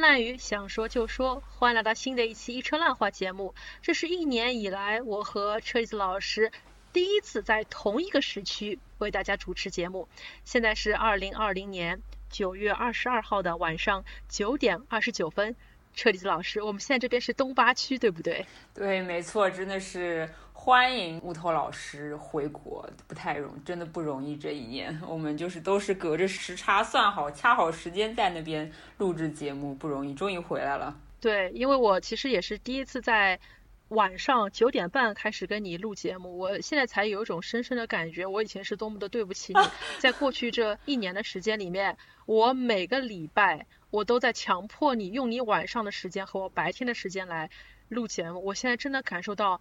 善于想说就说，欢迎来到新的一期一车烂话节目。这是一年以来我和车子老师第一次在同一个时区为大家主持节目。现在是二零二零年九月二十二号的晚上九点二十九分。车厘子老师，我们现在这边是东八区，对不对？对，没错，真的是欢迎木头老师回国，不太容，真的不容易。这一年我们就是都是隔着时差算好，掐好时间在那边录制节目，不容易，终于回来了。对，因为我其实也是第一次在晚上九点半开始跟你录节目，我现在才有一种深深的感觉，我以前是多么的对不 起你。在过去这一年的时间里面，我每个礼拜。我都在强迫你用你晚上的时间和我白天的时间来录节目。我现在真的感受到，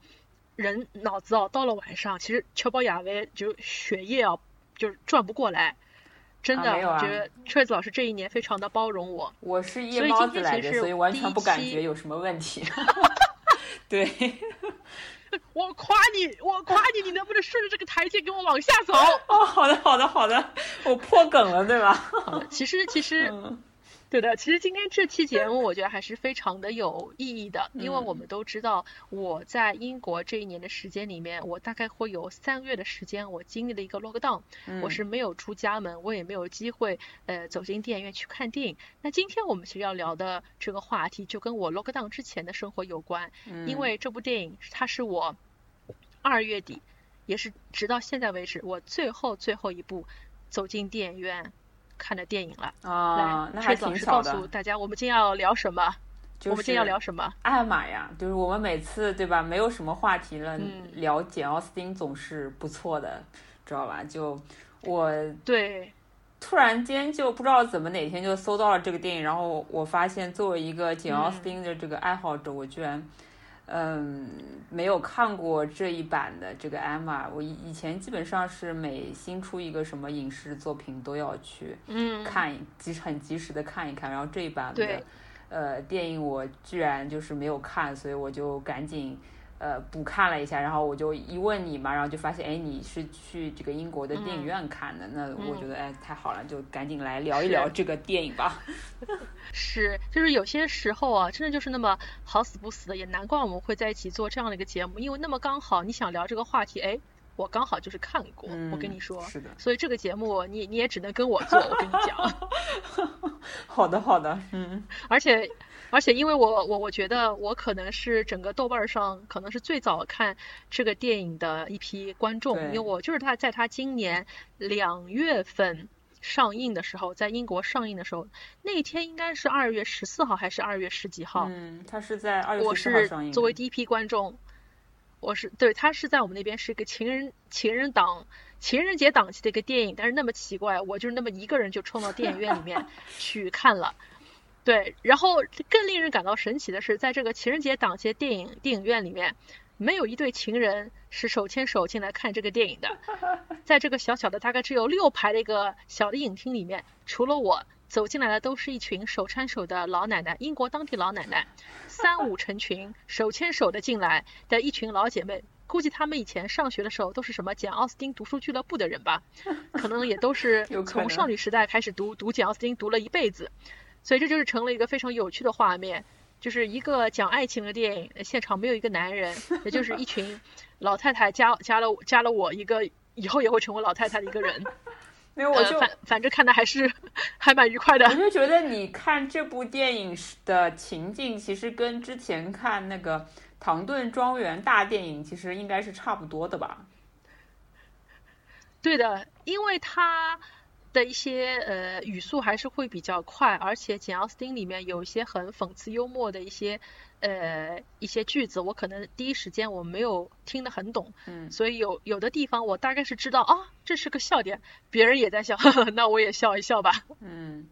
人脑子哦，到了晚上，其实乔宝雅维就血液啊，就是转不过来。真的，啊啊、我觉得车子老师这一年非常的包容我。我是夜猫子来着，所以完全不感觉有什么问题。 对，我夸你，我夸你，你能不能顺着这个台阶给我往下走？哦，好的，好的，好的，我破梗了，对吧？其实，其实。嗯对的，其实今天这期节目我觉得还是非常的有意义的，因为我们都知道我在英国这一年的时间里面，我大概会有三个月的时间，我经历了一个 lockdown，我嗯是没有出家门，我也没有机会呃走进电影院去看电影。那今天我们其实要聊的这个话题就跟我 lockdown 之前的生活有关，嗯因为这部电影它是我二月底，也是直到现在为止我最后最后一部走进电影院。看的电影了啊，那还挺少的。告诉大家，我们今天要聊什么？就是、我们今天要聊什么？哎妈呀，就是我们每次对吧，没有什么话题了，嗯、聊简奥斯汀总是不错的，知道吧？就我对，突然间就不知道怎么哪天就搜到了这个电影，然后我发现作为一个简奥斯汀的这个爱好者，嗯、我居然。嗯，没有看过这一版的这个《艾玛》，我以以前基本上是每新出一个什么影视作品都要去看，及、嗯、很及时的看一看。然后这一版的呃电影我居然就是没有看，所以我就赶紧呃补看了一下。然后我就一问你嘛，然后就发现哎你是去这个英国的电影院看的，嗯、那我觉得哎太好了，就赶紧 来聊一聊这个电影吧。是，就是有些时候啊，真的就是那么好死不死的，也难怪我们会在一起做这样的一个节目，因为那么刚好你想聊这个话题，哎，我刚好就是看过，嗯、我跟你说，是的，所以这个节目你你也只能跟我做，我跟你讲，好的好的，嗯，而且而且因为我我我觉得我可能是整个豆瓣上可能是最早看这个电影的一批观众，因为我就是他在他今年两月份。上映的时候，在英国上映的时候，那一天应该是二月十四号还是二月十几号？嗯，它是在二月我是作为第一批观众，我是对它是在我们那边是一个情人情人档情人节档期的一个电影，但是那么奇怪，我就是那么一个人就冲到电影院里 面去看了。对，然后更令人感到神奇的是，在这个情人节档期的电影电影院里面。没有一对情人是手牵手进来看这个电影的，在这个小小的大概只有六排的一个小的影厅里面，除了我走进来的都是一群手牵手的老奶奶，英国当地老奶奶，三五成群手牵手的进来的一群老姐妹，估计她们以前上学的时候都是什么简奥斯汀读书俱乐部的人吧，可能也都是从少女时代开始读读简奥斯汀读了一辈子，所以这就是成了一个非常有趣的画面。就是一个讲爱情的电影，现场没有一个男人，也就是一群老太太加加了加了我一个以后也会成为老太太的一个人。没 有，我就、呃、嗯反反正看的还是还蛮愉快的。我就觉得你看这部电影的情境，其实跟之前看那个《唐顿庄园》大电影其实应该是差不多的吧？ 对的，因为它。的一些呃语速还是会比较快，而且简奥斯汀里面有一些很讽刺幽默的一些呃一些句子，我可能第一时间我没有听得很懂，嗯，所以有有的地方我大概是知道啊这是个笑点，别人也在笑， 呵呵那我也笑一笑吧，嗯，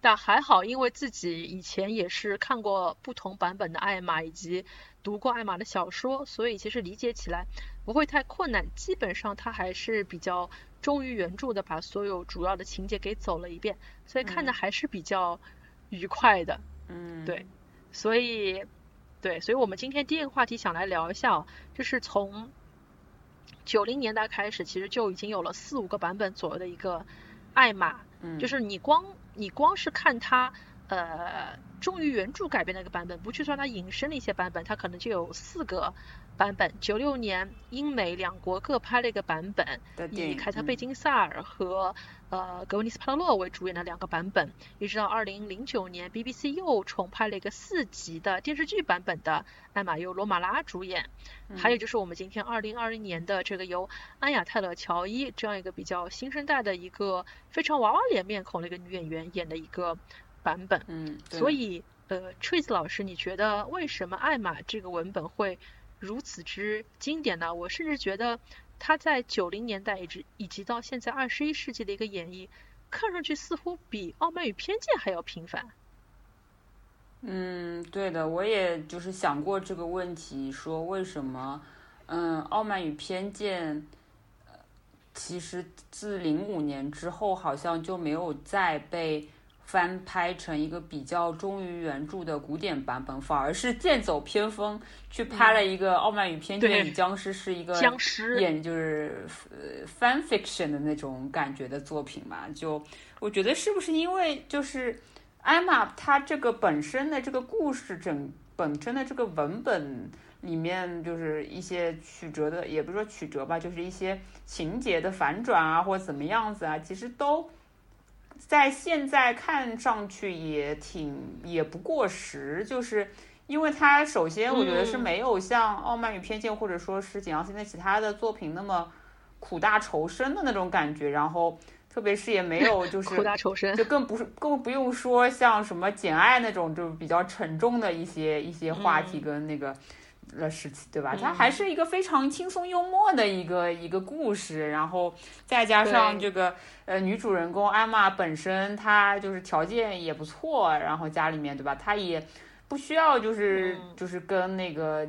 但还好，因为自己以前也是看过不同版本的艾玛以及读过艾玛的小说，所以其实理解起来不会太困难，基本上它还是比较。忠于原著的，把所有主要的情节给走了一遍，所以看的还是比较愉快的。嗯，对，所以，对，所以我们今天第一个话题想来聊一下、哦，就是从九零年代开始，其实就已经有了四五个版本左右的一个艾玛，嗯，就是你光你光是看它呃，忠于原著改编的一个版本，不去算它引申的一些版本，它可能就有四个版本。九六年英美两国各拍了一个版本，的电以影，凯特·嗯贝金赛尔和、呃格温妮斯·帕特洛为主演的两个版本，一直到二零零九年 BBC 又重拍了一个四集的电视剧版本的《艾玛》，由罗马拉主演。嗯还有就是我们今天二零二零年的这个由安雅泰勒·乔伊这样一个比较新生代的一个非常娃娃脸面孔的一个女演员演的一个版本。嗯，对所以，呃，Trace 老师，你觉得为什么《艾玛》这个文本会如此之经典呢？我甚至觉得它在九零年代以及以及到现在二十一世纪的一个演绎，看上去似乎比《傲慢与偏见》还要频繁。嗯，对的，我也就是想过这个问题，说为什么，嗯，《傲慢与偏见》呃其实自零五年之后，好像就没有再被翻拍成一个比较忠于原著的古典版本，反而是剑走偏锋去拍了一个《傲慢与偏见》嗯对与僵尸是一个僵尸，演就是呃 fan fiction 的那种感觉的作品嘛。就我觉得是不是因为就是艾玛她这个本身的这个故事整本身的这个文本里面就是一些曲折的，也不是说曲折吧，就是一些情节的反转啊，或者怎么样子啊，其实都。在现在看上去也挺也不过时，就是因为它首先我觉得是嗯没有像《傲慢与偏见》或者说是简奥斯汀的其他的作品那么苦大仇深的那种感觉，然后特别是也没有就是苦大仇深。就更不是更不用说像什么《简爱》那种就是比较沉重的一些一些话嗯题跟那个呃时期，对吧？它还是一个非常轻松幽默的一个一个故事，然后再加上对这个呃女主人公艾玛本身她就是条件也不错，然后家里面对吧，她也不需要就是、嗯就是跟那个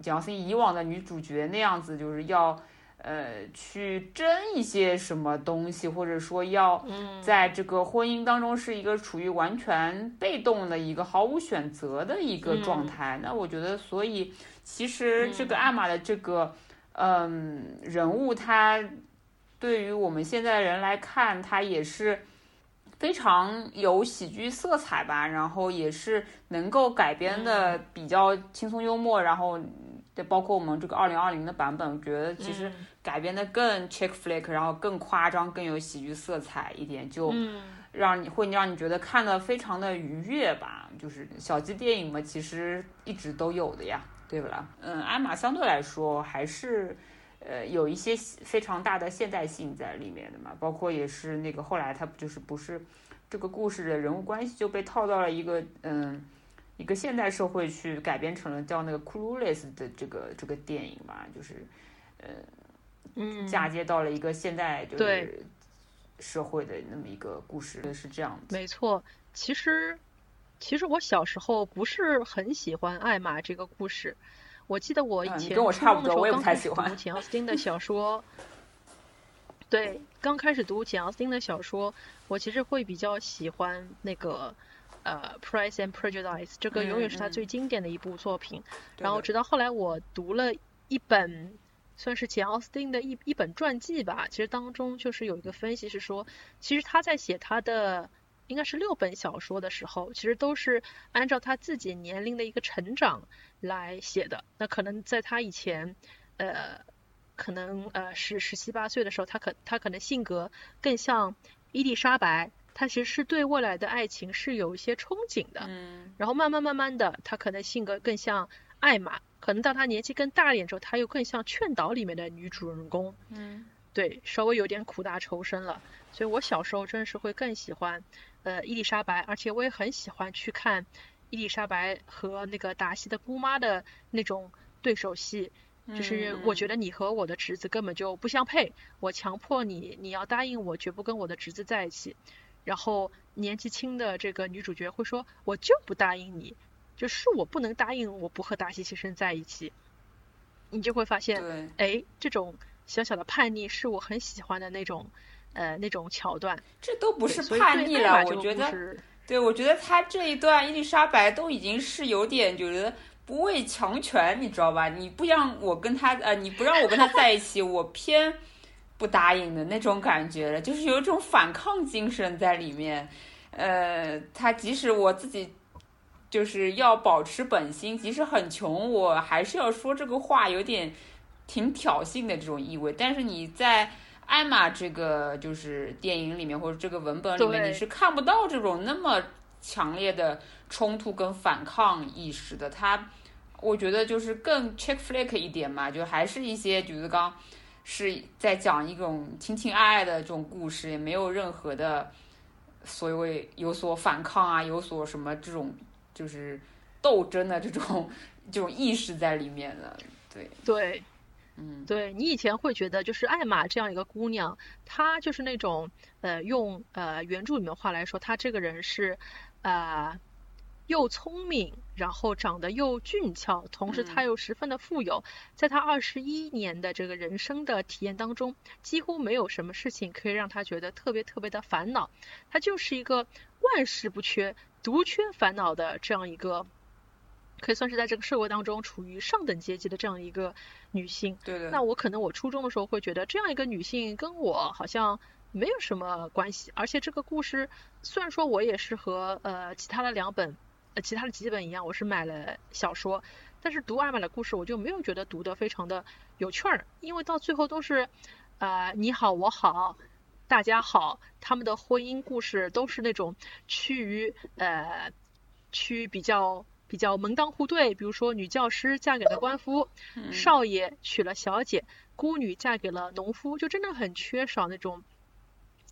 蒋欣以往的女主角那样子，就是要。呃，去争一些什么东西，或者说要嗯，在这个婚姻当中是一个处于完全被动的一个毫无选择的一个状态。那我觉得，所以其实这个艾玛的这个嗯人物，他对于我们现在人来看，他也是。非常有喜剧色彩吧，然后也是能够改编的比较轻松幽默，然后嗯包括我们这个二零二零的版本，我觉得其实嗯改编的更 chick flick，然后更夸张，更有喜剧色彩一点，就嗯，让你会让你觉得看的非常的愉悦吧。就是小鸡电影嘛，其实一直都有的呀，对不啦？嗯，艾玛相对来说还是。呃，有一些非常大的现代性在里面的嘛，包括也是那个后来他不就是不是这个故事的人物关系就被套到了一个嗯一个现代社会去改编成了叫那个 Clueless 的这个这个电影嘛，就是嗯嫁接到了一个现代就对是社会的那么一个故事，是这样子。没错，其实其实我小时候不是很喜欢艾玛这个故事。我记得我以啊你前跟我初差不中的多时候我也刚不太开始喜读欢简 奥斯汀的小说，对，刚开始读简奥斯汀的小说，我其实会比较喜欢那个呃《Price and Prejudice》，这个永远是他嗯嗯最经典的一部作品。对然后的直到后来我读了一本算是简奥斯汀的一一本传记吧，其实当中就是有一个分析是说，其实他在写他的应该是六本小说的时候，其实都是按照他自己年龄的一个成长来写的。那可能在他以前，呃，可能呃十十七八岁的时候，他可他可能性格更像伊丽莎白，他其实是对未来的爱情是有一些憧憬的。嗯然后慢慢慢慢的，他可能性格更像艾玛，可能到他年纪更大一点之后，他又更像《劝导》里面的女主人公，嗯对，稍微有点苦大仇深了。所以我小时候真的是会更喜欢，呃，伊丽莎白，而且我也很喜欢去看伊丽莎白和那个达西的姑妈的那种对手戏，就是我觉得你和我的侄子根本就不相配，我强迫你，你要答应我，绝不跟我的侄子在一起。然后年纪轻的这个女主角会说：“我就不答应你，就是我不能答应，我不和达西先生在一起。”你就会发现，对哎，这种小小的叛逆是我很喜欢的那种，呃，那种桥段。这都不对是所以叛对逆艾了玛，这我个觉故得事对，我觉得他这一段伊丽莎白都已经是有点觉得不畏强权，你知道吧？你不让我跟他呃，你不让我跟他在一起，我偏不答应的那种感觉了，就是有一种反抗精神在里面。呃，他即使我自己就是要保持本心，即使很穷，我还是要说这个话，有点挺挑衅的这种意味。但是你在艾玛这个就是电影里面或者这个文本里面，对你是看不到这种那么强烈的冲突跟反抗意识的。他我觉得就是更 check flick 一点嘛，就还是一些就是刚是在讲一种情情爱爱的这种故事，也没有任何的所谓有所反抗啊，有所什么这种就是斗争的这种这种意识在里面的。对，对，嗯，对你以前会觉得，就是艾玛这样一个姑娘，她就是那种呃，用呃原著里面话来说，她这个人是呃又聪明，然后长得又俊俏，同时她又十分的富有。在她二十一年的这个人生的体验当中，几乎没有什么事情可以让她觉得特别特别的烦恼，她就是一个万事不缺，独缺烦恼的这样一个。可以算是在这个社会当中处于上等阶级的这样一个女性，对的，那我可能我初中的时候会觉得这样一个女性跟我好像没有什么关系，而且这个故事虽然说我也是和呃其他的两本呃其他的几本一样，我是买了小说，但是读艾玛的故事我就没有觉得读得非常的有趣儿，因为到最后都是呃你好我好。大家好，他们的婚姻故事都是那种趋于呃趋于比较比较门当户对，比如说女教师嫁给了官夫，嗯少爷娶了小姐，孤女嫁给了农夫，就真的很缺少那种，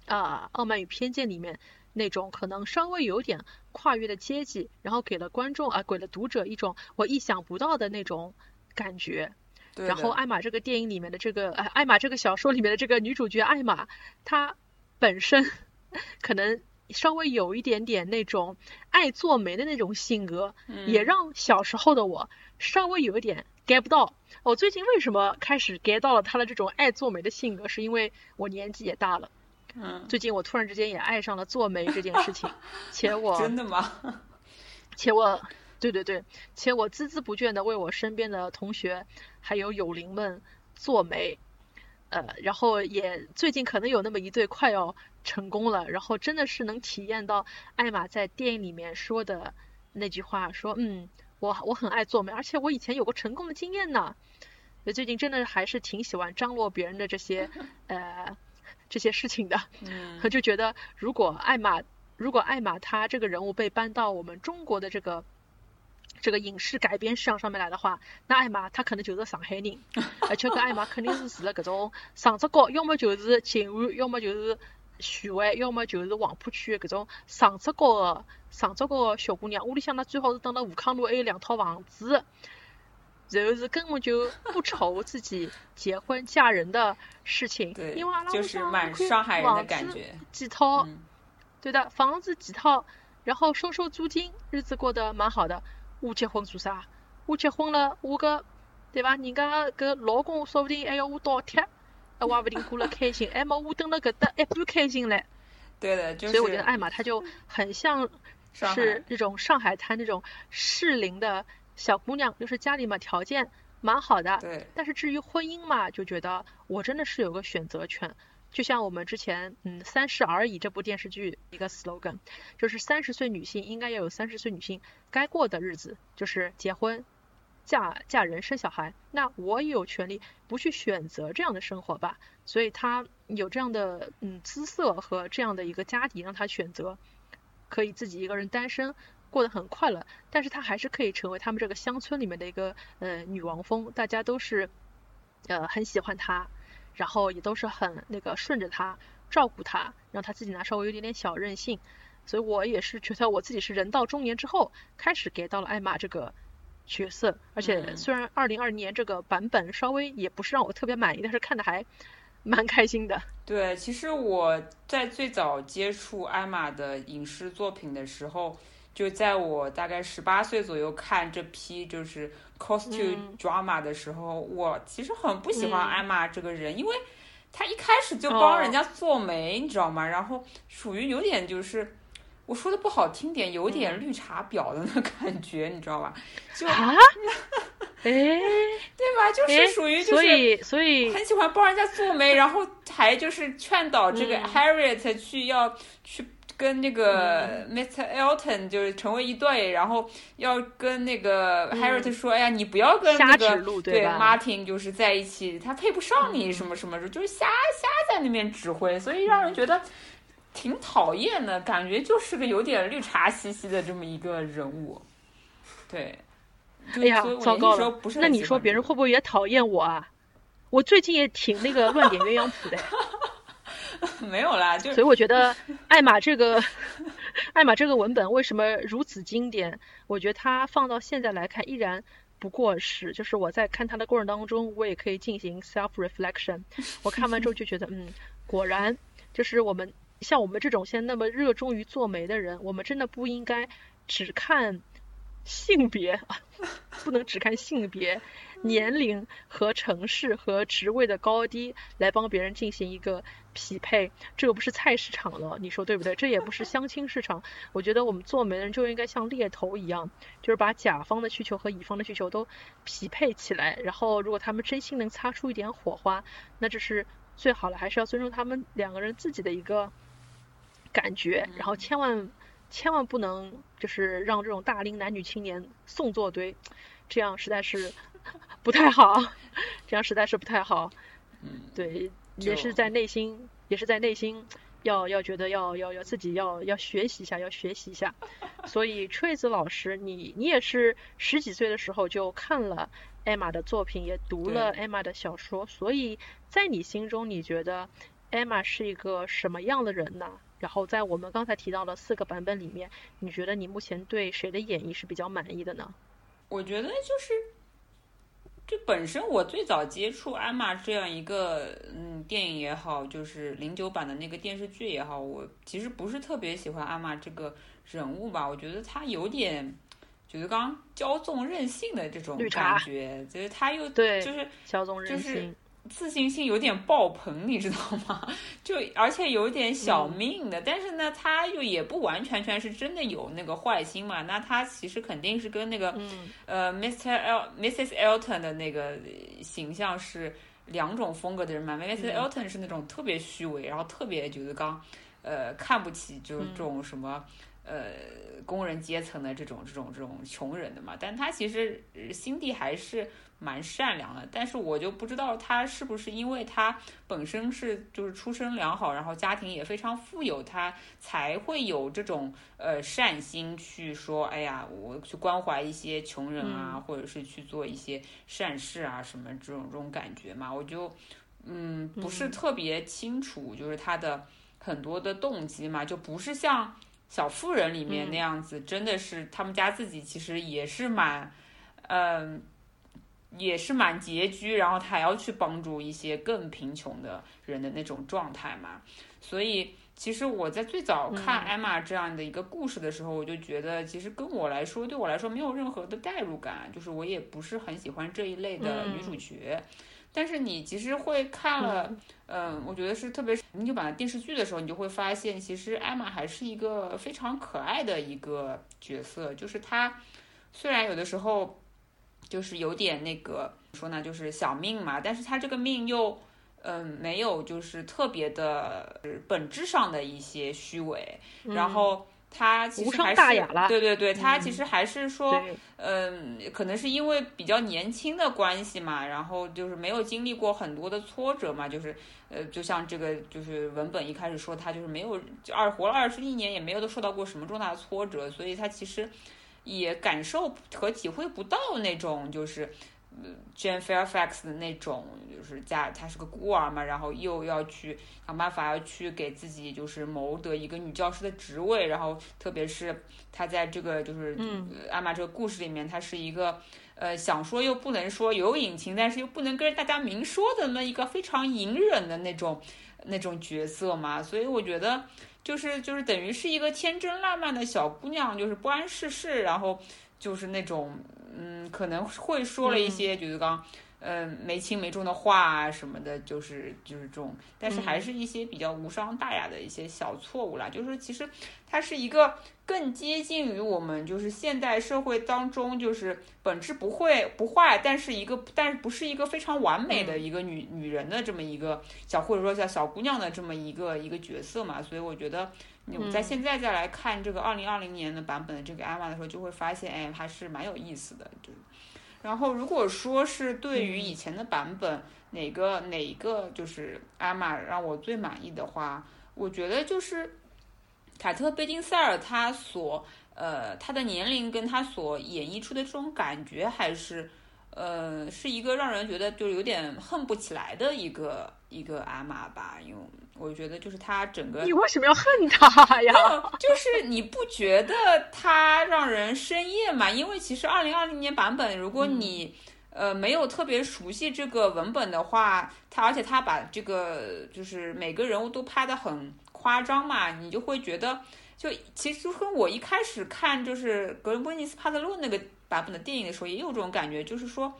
啊、傲慢与偏见》里面那种可能稍微有点跨越的阶级，然后给了观众啊、给了读者一种我意想不到的那种感觉。对然后的艾玛这个电影里面的这个，呃，艾玛这个小说里面的这个女主角艾玛，她本身 可能稍微有一点点那种爱做媒的那种性格，嗯也让小时候的我稍微有一点 get 不到。我最近为什么开始 get 到了她的这种爱做媒的性格，是因为我年纪也大了。嗯，最近我突然之间也爱上了做媒这件 事情，且我真的吗？且我，对对对，且我孜孜不倦地为我身边的同学还有友邻们做媒，呃，然后也最近可能有那么一对快要成功了，然后真的是能体验到艾玛在电影里面说的那句话，说嗯，我我很爱做媒，而且我以前有过成功的经验呢。所以最近真的还是挺喜欢张罗别人的这些呃这些事情的。嗯我就觉得，如果艾玛，如果艾玛她这个人物被搬到我们中国的这个这个影视改编市场上面来的话，那艾玛她可能就是上海 人，而且搿艾玛肯定是住了搿种上只角，要么就是静安，要么就是徐汇，要么就是黄浦区搿种上只角的上只角的小姑娘，屋里向呢最好是蹲辣武康路还有两套房子。然后是根本就不愁自己结婚嫁人的事情， 对因为阿拉，就屋是向蛮可以上海人的房感子觉。几套，嗯对的，房子几套，然后收收租金，日子过得蛮好的。我结婚做啥？我结婚了，我个对吧？人家搿老公说不定还要我倒贴，哎我也不一定过了开心，还没我蹲了搿搭一半开心嘞。对的，就所以我觉得是艾玛她就很像上海是，那种上海滩那种适龄的小姑娘，就是家里嘛条件蛮好的，对，但是至于婚姻嘛，就觉得我真的是有个选择权。就像我们之前，嗯，《三十而已》这部电视剧一个 slogan，就是三十岁女性应该要有三十岁女性该过的日子，就是结婚、嫁嫁人、生小孩。那我也有权利不去选择这样的生活吧。所以她有这样的嗯姿色和这样的一个家底，让她选择可以自己一个人单身，过得很快乐。但是她还是可以成为他们这个乡村里面的一个呃女王风，大家都是呃很喜欢她，然后也都是很那个顺着她，照顾她，让她自己呢稍微有点点小任性。所以我也是觉得我自己是人到中年之后开始给到了艾玛这个角色，而且嗯虽然二零二年这个版本稍微也不是让我特别满意，但是看的还蛮开心的。对，其实我在最早接触艾玛的影视作品的时候，就在我大概十八岁左右看这批就是 costume 嗯 drama 的时候，我其实很不喜欢嗯艾玛这个人，因为她一开始就帮哦人家做媒，你知道吗？然后属于有点就是。我说的不好听点，有点绿茶婊的那感觉，你知道吧？就对嗯啊？哎，吧？就是诶属于就所是以所 以很 喜欢帮人家做媒，然后还就是劝导这个嗯 Harriet 去要去跟那个嗯 Mr. Elton 就是成为一对，然后要跟那个 Harriet 说：“哎呀，你不要跟那嗯瞎指个路对吧？嗯 Martin 就是在一起，他配不上你什么什么的，就是瞎瞎在那边指挥，所以让人觉得嗯挺讨厌的，感觉就是个有点绿茶兮兮的这么一个人物。对，就哎呀所以我糟年轻糕时候了不是那很你喜说欢别这人个会不会也讨厌我啊？我最近也挺那个乱点鸳鸯谱 的，没有啦，就是所以我觉得艾玛这个艾玛这个文本为什么如此经典？我觉得它放到现在来看依然不过时。就是我在看它的过程当中，我也可以进行 self reflection。我看完之后就觉得，嗯，果然就是我们像我们这种现在那么热衷于做媒的人，我们真的不应该只看性别，啊不能只看性别、年龄和城市和职位的高低来帮别人进行一个匹配，这个不是菜市场了，你说对不对？这也不是相亲市场。我觉得我们做媒人就应该像猎头一样，就是把甲方的需求和乙方的需求都匹配起来，然后如果他们真心能擦出一点火花，那这是最好了，还是要尊重他们两个人自己的一个感觉，嗯然后千万千万不能就是让这种大龄男女青年送作堆，这样实在是不太好， 这样实在是不太好。嗯，对，就也是在内心，也是在内心要要觉得要要要自己要要学习一下，要学习一下。所以 Trace 老师，你你也是十几岁的时候就看了艾玛的作品，也读对了艾玛的小说，所以在你心中，你觉得艾玛是一个什么样的人呢？然后在我们刚才提到的四个版本里面，你觉得你目前对谁的演绎是比较满意的呢？我觉得就是，这本身我最早接触安玛这样一个嗯电影也好，就是零九版的那个电视剧也好，我其实不是特别喜欢安玛这个人物吧，我觉得她有点。就是刚刚骄纵任性的这种绿茶感觉，就是她又 对就是小总就任是性，自信心有点爆棚，你知道吗？ 就而且有点小嗯命的，但是呢，她又也不完全全是真的有那个坏心嘛，那她其实肯定是跟那个嗯，呃，Mr. El Mrs. Elton 的那个形象是两种风格的人嘛。Mrs. Elton 是那种特别虚伪，然后特别就是刚呃看不起就是这种什么。呃，工人阶层的这种这种这种穷人的嘛，但他其实呃心地还是蛮善良的，但是我就不知道他是不是因为他本身是就是出身良好，然后家庭也非常富有，他才会有这种呃善心去说，哎呀，我去关怀一些穷人啊，或者是去做一些善事啊，什么这种这种感觉嘛，我就嗯不是特别清楚，就是他的很多的动机嘛，就不是像小妇人里面那样子，真的是他们家自己其实也是蛮，嗯、也是蛮拮据，然后他还要去帮助一些更贫穷的人的那种状态嘛。所以，其实我在最早看艾玛这样的一个故事的时候，我就觉得，其实跟我来说，对我来说没有任何的代入感，就是我也不是很喜欢这一类的女嗯主角。但是你其实会看了，嗯、我觉得是特别是你就把电视剧的时候，你就会发现，其实艾玛还是一个非常可爱的一个角色，就是她虽然有的时候就是有点那个怎么说呢，就是小命嘛，但是她这个命又嗯没有就是特别的呃本质上的一些虚伪，嗯呃然后她其无实伤还是大雅了嗯对对对，她其实还是说。对，嗯，可能是因为比较年轻的关系嘛，然后就是没有经历过很多的挫折嘛，就是呃，就像这个就是文本一开始说，他就是没有就二活了二十一年，也没有都受到过什么重大的挫折，所以他其实也感受和体会不到那种就是。呃 Jane Fairfax 的那种，就是家，她是个孤儿嘛，然后又要去想办法要去给自己就是谋得一个女教师的职位，然后特别是她在这个就是嗯呃艾玛这个故事里面，她是一个呃想说又不能说，有隐情但是又不能跟大家明说的那么一个非常隐忍的那种那种角色嘛，所以我觉得就是就是等于是一个天真烂漫的小姑娘，就是不谙世事，然后就是那种嗯可能会说了一些就是刚。呃没轻没重的话啊什么的，就是就是这种，但是还是一些比较无伤大雅的一些小错误啦。就是其实它是一个更接近于我们就是现代社会当中就是本质不会不坏，但是一个但是不是一个非常完美的一个女女人的这么一个小或者说叫小姑娘的这么一个一个角色嘛。所以我觉得你们在现在再来看这个二零二零年的版本的这个艾玛的时候，就会发现哎还是蛮有意思的，就是。然后，如果说是对于以前的版本，哪个哪一个就是阿玛让我最满意的话，我觉得就是凯特·贝金塞尔她所呃她的年龄跟她所演绎出的这种感觉，还是呃是一个让人觉得就是有点恨不起来的一个一个阿玛吧，因为我觉得就是她整个你为什么要恨他呀？就是你不觉得它让人深夜嘛？因为其实二零二零年版本，如果你、呃没有特别熟悉这个文本的话，它而且它把这个就是每个人物都拍得很夸张嘛，你就会觉得就其实跟我一开始看就是格温尼斯帕特洛那个版本的电影的时候，也有这种感觉，就是说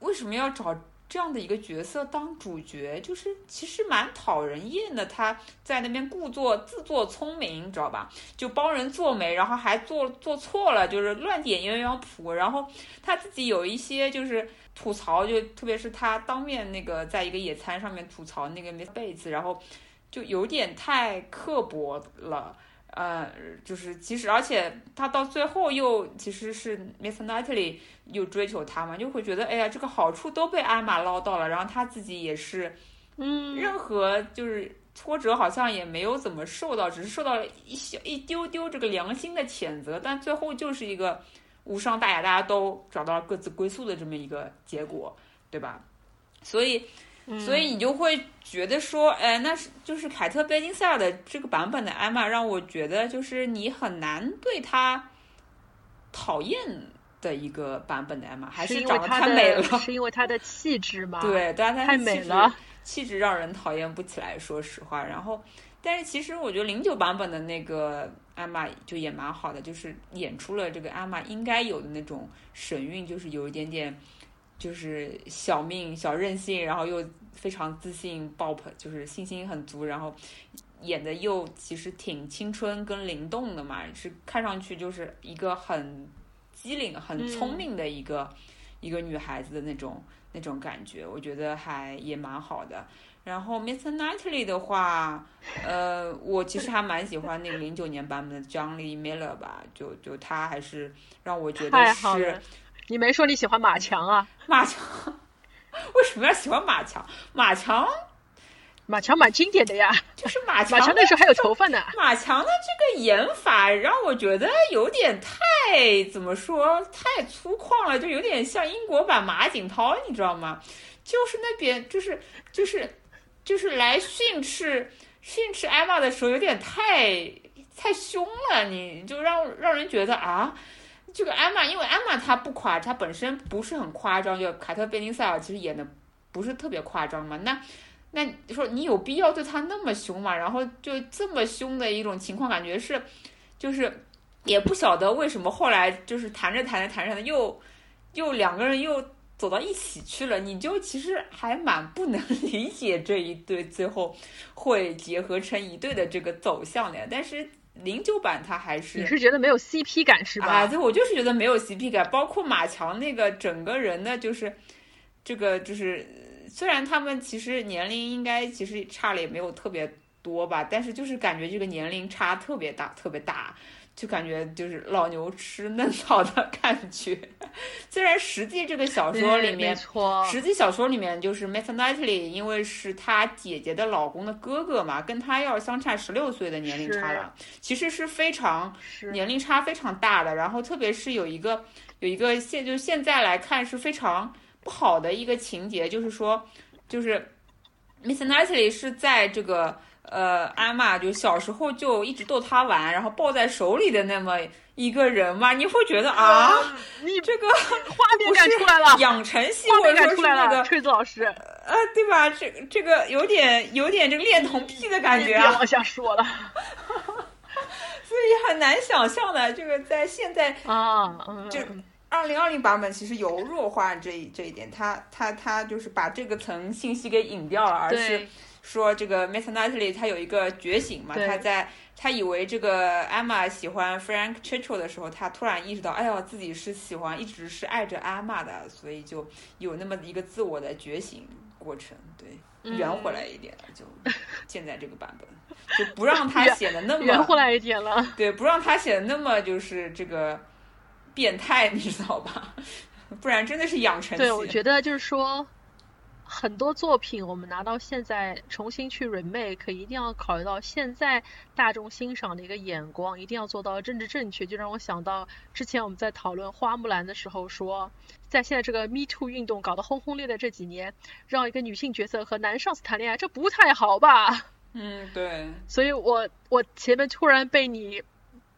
为什么要找这样的一个角色当主角，就是其实蛮讨人厌的。他在那边故作自作聪明，你知道吧？就帮人做媒，然后还做做错了，就是乱点鸳鸯谱。然后他自己有一些就是吐槽，就特别是他当面那个在一个野餐上面吐槽那个 Miss Bates，然后就有点太刻薄了。呃，就是其实，而且他到最后又其实是 Miss Natalie 又追求他嘛，就会觉得哎呀，这个好处都被艾玛捞到了，然后他自己也是嗯，任何就是挫折好像也没有怎么受到，只是受到了一小一丢丢这个良心的谴责，但最后就是一个无伤大雅，大家都找到了各自归宿的这么一个结果，对吧？所以嗯所以你就会觉得说，哎，那是就是凯特·贝金塞尔的这个版本的艾玛，让我觉得就是你很难对她讨厌的一个版本的艾玛，还是因为长得他太美了， 是因为他的气质吗？，对，但是她太气美质了。气质让人讨厌不起来，说实话。然后，但是其实我觉得零九版本的那个艾玛就也蛮好的，就是演出了这个艾玛应该有的那种神韵，就是有一点点就是小命小任性，然后又非常自信爆棚，就是信心很足，然后演的又其实挺青春跟灵动的嘛，是看上去就是一个很机灵、很嗯聪明的一个、一个女孩子的那种那种感觉，我觉得还也蛮好的。然后 Mr. Knightley 的话，呃，我其实还蛮喜欢那个零九年版本的 John Lee Miller 吧，就就他还是让我觉太得好是了。你没说你喜欢马强啊？马强，为什么要喜欢马强？马强马强蛮经典的呀，就是马强马强的那时候还有头发呢。马强的这个演法让我觉得有点太怎么说，太粗犷了，就有点像英国版马景涛，你知道吗？就是那边就是就是就是来训斥训斥艾玛的时候，有点太太凶了，你就让让人觉得啊。这个艾玛，因为艾玛她不夸，她本身不是很夸张，就凯特·贝林塞尔其实演的不是特别夸张嘛。那那你说你有必要对他那么凶吗？然后就这么凶的一种情况，感觉是，就是也不晓得为什么后来就是谈着谈着谈着谈着又又两个人又走到一起去了，你就其实还蛮不能 理解这一对最后会结合成一对的这个走向的呀。但是零九版它还是你是觉得没有 CP 感是吧？啊，对，我就是觉得没有 CP 感，包括马强那个整个人的，就是这个就是，呃虽然他们其实年龄应该其实差了也没有特别多吧，但是就是感觉这个年龄差特别大，特别大，就感觉就是老牛吃嫩草的感觉。 虽然实际这个小嗯说里面没错，实际小说里面就是 Meta Knightley，因为是她姐姐的老公的哥哥嘛，跟她要相差十六岁的年龄差了，其实是非常是年龄差非常大的。然后特别是有一个有一个现就是现在来看是非常不好的一个情节，就是说就是 Miss Knightley 是在这个呃艾玛就小时候就一直逗她玩，然后抱在手里的那么一个人嘛，你会觉得啊，你 这个画面感出来了，养成系画或面者感说出是来那了，个锤子老师，啊，对吧？这这个有点有点这个恋童癖的感觉别啊，往下说了所所以很难想象的。这个在现在以啊，嗯，就嗯二零二零版本其实有弱化这一这一点，它它它就是把这个层信息给隐掉了，而是对说这个 Miss Natalie 她有一个觉醒嘛，对她在她以为这个呃 Emma 喜欢 Frank Churchill 的时候，她突然意识到，哎呦，自己是喜欢一直是爱着 Emma 的，所以就有那么一个自我的觉醒过程，对，嗯圆回来一点了，就现在这个版本就不让她圆显得那么圆回来一点了。对，不让他显得那么就是这个变态，你知道吧？ 不然真的是养成对，我系。觉得就是说，很多作品我们拿到现在重新去 remake，一定要考虑到现在大众欣赏的一个眼光，一定要做到政治正确。就让我想到之前我们在讨论花木兰的时候说，在现在这个 Me Too 运动搞得轰轰烈烈这几年，让一个女性角色和男上司谈恋爱，这不太好吧？嗯，对，所以我我前面突然被你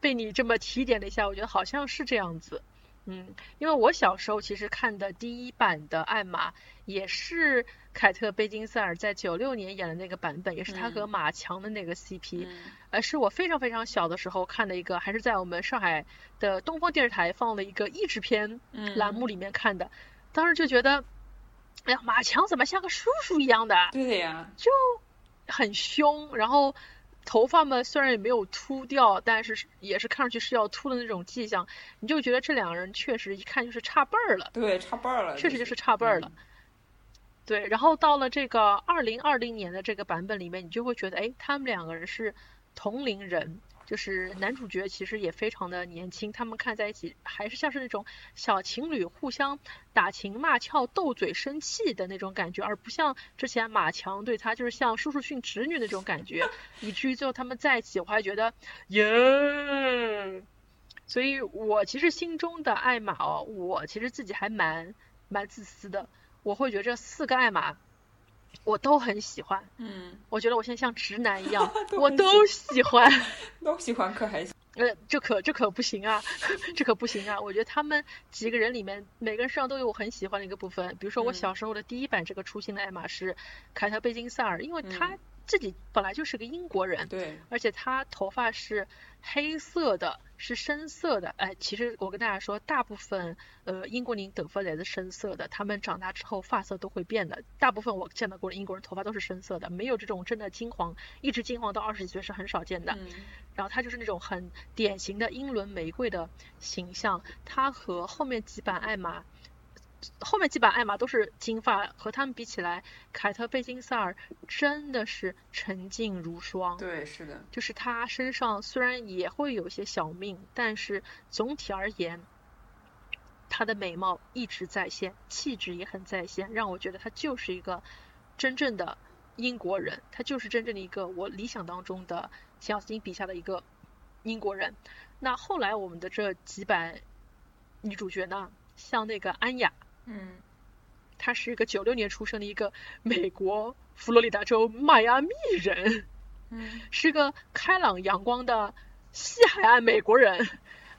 被你这么提点了一下，我觉得好像是这样子。嗯，因为我小时候其实看的第一版的《艾玛》，也是凯特·贝金赛尔在九六年演的那个版本，也是她和嗯马强的那个 CP。嗯呃，是我非常非常小的时候看的一个，还是在我们上海的东方电视台放的一个译制片嗯栏目里面看的。当时就觉得，哎呀，马强怎么像个叔叔一样的？对的呀，很凶，然后头发嘛虽然也没有秃掉，但是也是看上去是要秃的那种迹象，你就觉得这两个人确实一看就是差辈儿了，对，差辈儿了，确实就是嗯差辈儿了。对，然后到了这个二零二零年的这个版本里面，你就会觉得，哎，他们两个人是同龄人，就是男主角其实也非常的年轻，他们看在一起还是像是那种小情侣互相打情骂俏、斗嘴生气的那种感觉，而不像之前马强对他就是像叔叔训侄女那种感觉，以至于最后他们在一起，我还觉得耶。所以我其实心中的艾玛哦，我其实自己还蛮蛮自私的，我会觉得这四个艾玛我都很喜欢，嗯，我觉得我现在像直男一样， 都我很都喜欢。都喜欢可还行。呃，这可这可不行啊， 这可不行啊！我觉得他们几个人里面，每个人身上都有我很喜欢的一个部分。比如说我嗯小时候的第一版这个出现的爱马仕，凯特·贝金赛尔，因为嗯她自己本来就是个英国人，对，而且她头发是黑色的，是深色的。哎，其实我跟大家说，大部分呃英国人头发也是深色的，他们长大之后发色都会变的。大部分我见到过的英国人头发都是深色的，没有这种真的金黄，一直金黄到二十几岁是很少见的。嗯然后她就是那种很典型的英伦玫瑰的形象。她和后面几版艾玛，后面几版艾玛都是金发，和他们比起来，凯特·贝金赛尔真的是沉静如霜。对，是的，就是她身上虽然也会有一些小命，但是总体而言，她的美貌一直在线，气质也很在线，让我觉得她就是一个真正的英国人，她就是真正的一个我理想当中的辛晓琪笔下的一个英国人。那后来我们的这几版女主角呢，像那个安雅，嗯，她是一个九六年出生的一个美国佛罗里达州迈阿密人。嗯是个开朗阳光的西海岸美国人。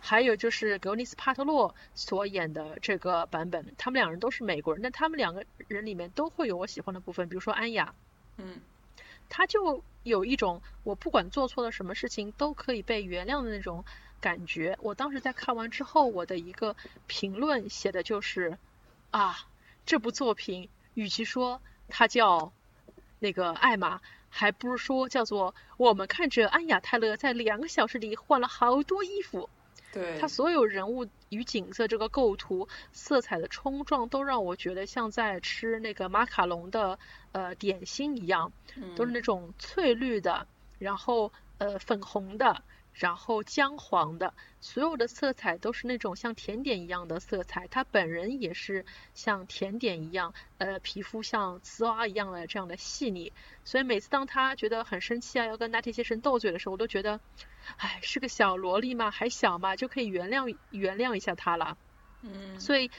还有就是格尼斯帕特洛所演的这个版本，他们两人都是美国人，但他们两个人里面都会有我喜欢的部分，比如说安雅，嗯她就有一种我不管做错了什么事情都可以被原谅的那种感觉。我当时在看完之后，我的一个评论写的就是啊，这部作品与其说它叫那个艾玛，还不如说叫做我们看着安雅泰勒在两个小时里换了好多衣服，对她，所有人物与景色这个构图、色彩的冲撞，都让我觉得像在吃那个马卡龙的呃点心一样。嗯都是那种翠绿的，然后呃粉红的，然后姜黄的，所有的色彩都是那种像甜点一样的色彩。他本人也是像甜点一样，呃，皮肤像瓷娃一样的这样的细腻。所以每次当他觉得很生气啊，要跟拿铁先生斗嘴的时候，我都觉得，哎，是个小萝莉嘛，还小嘛，就可以原谅原谅一下他了。嗯所以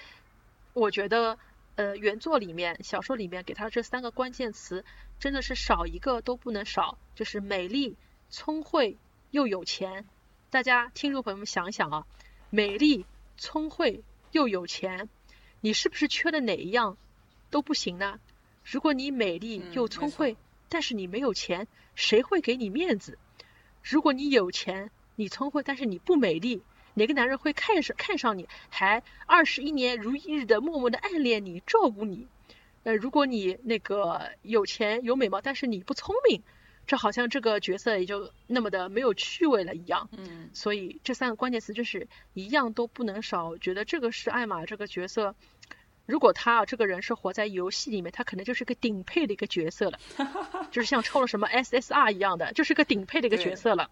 我觉得，呃，原作里面、小说里面给他这三个关键词，真的是少一个都不能少，就是美丽、聪慧又有钱。大家听众朋友们想一想啊，美丽、聪慧又有钱，你是不是缺了哪一样都不行呢？如果你美丽嗯又没聪错慧，但是你没有钱，谁会给你面子？如果你有钱，你聪慧，但是你不美丽，哪个男人会看上看上你，还二十一年如一日的默默的爱恋你，照顾你。呃，如果你那个有钱有美貌，但是你不聪明，这好像这个角色也就那么的没有趣味了一样。嗯所以这三个关键词就是一样都不能少。我觉得这个是艾玛这个角色，如果他啊这个人是活在游戏里面，他可能就是个顶配的一个角色了，就是像抽了什么 SSR 一样的，就是个顶配的一个角对色了，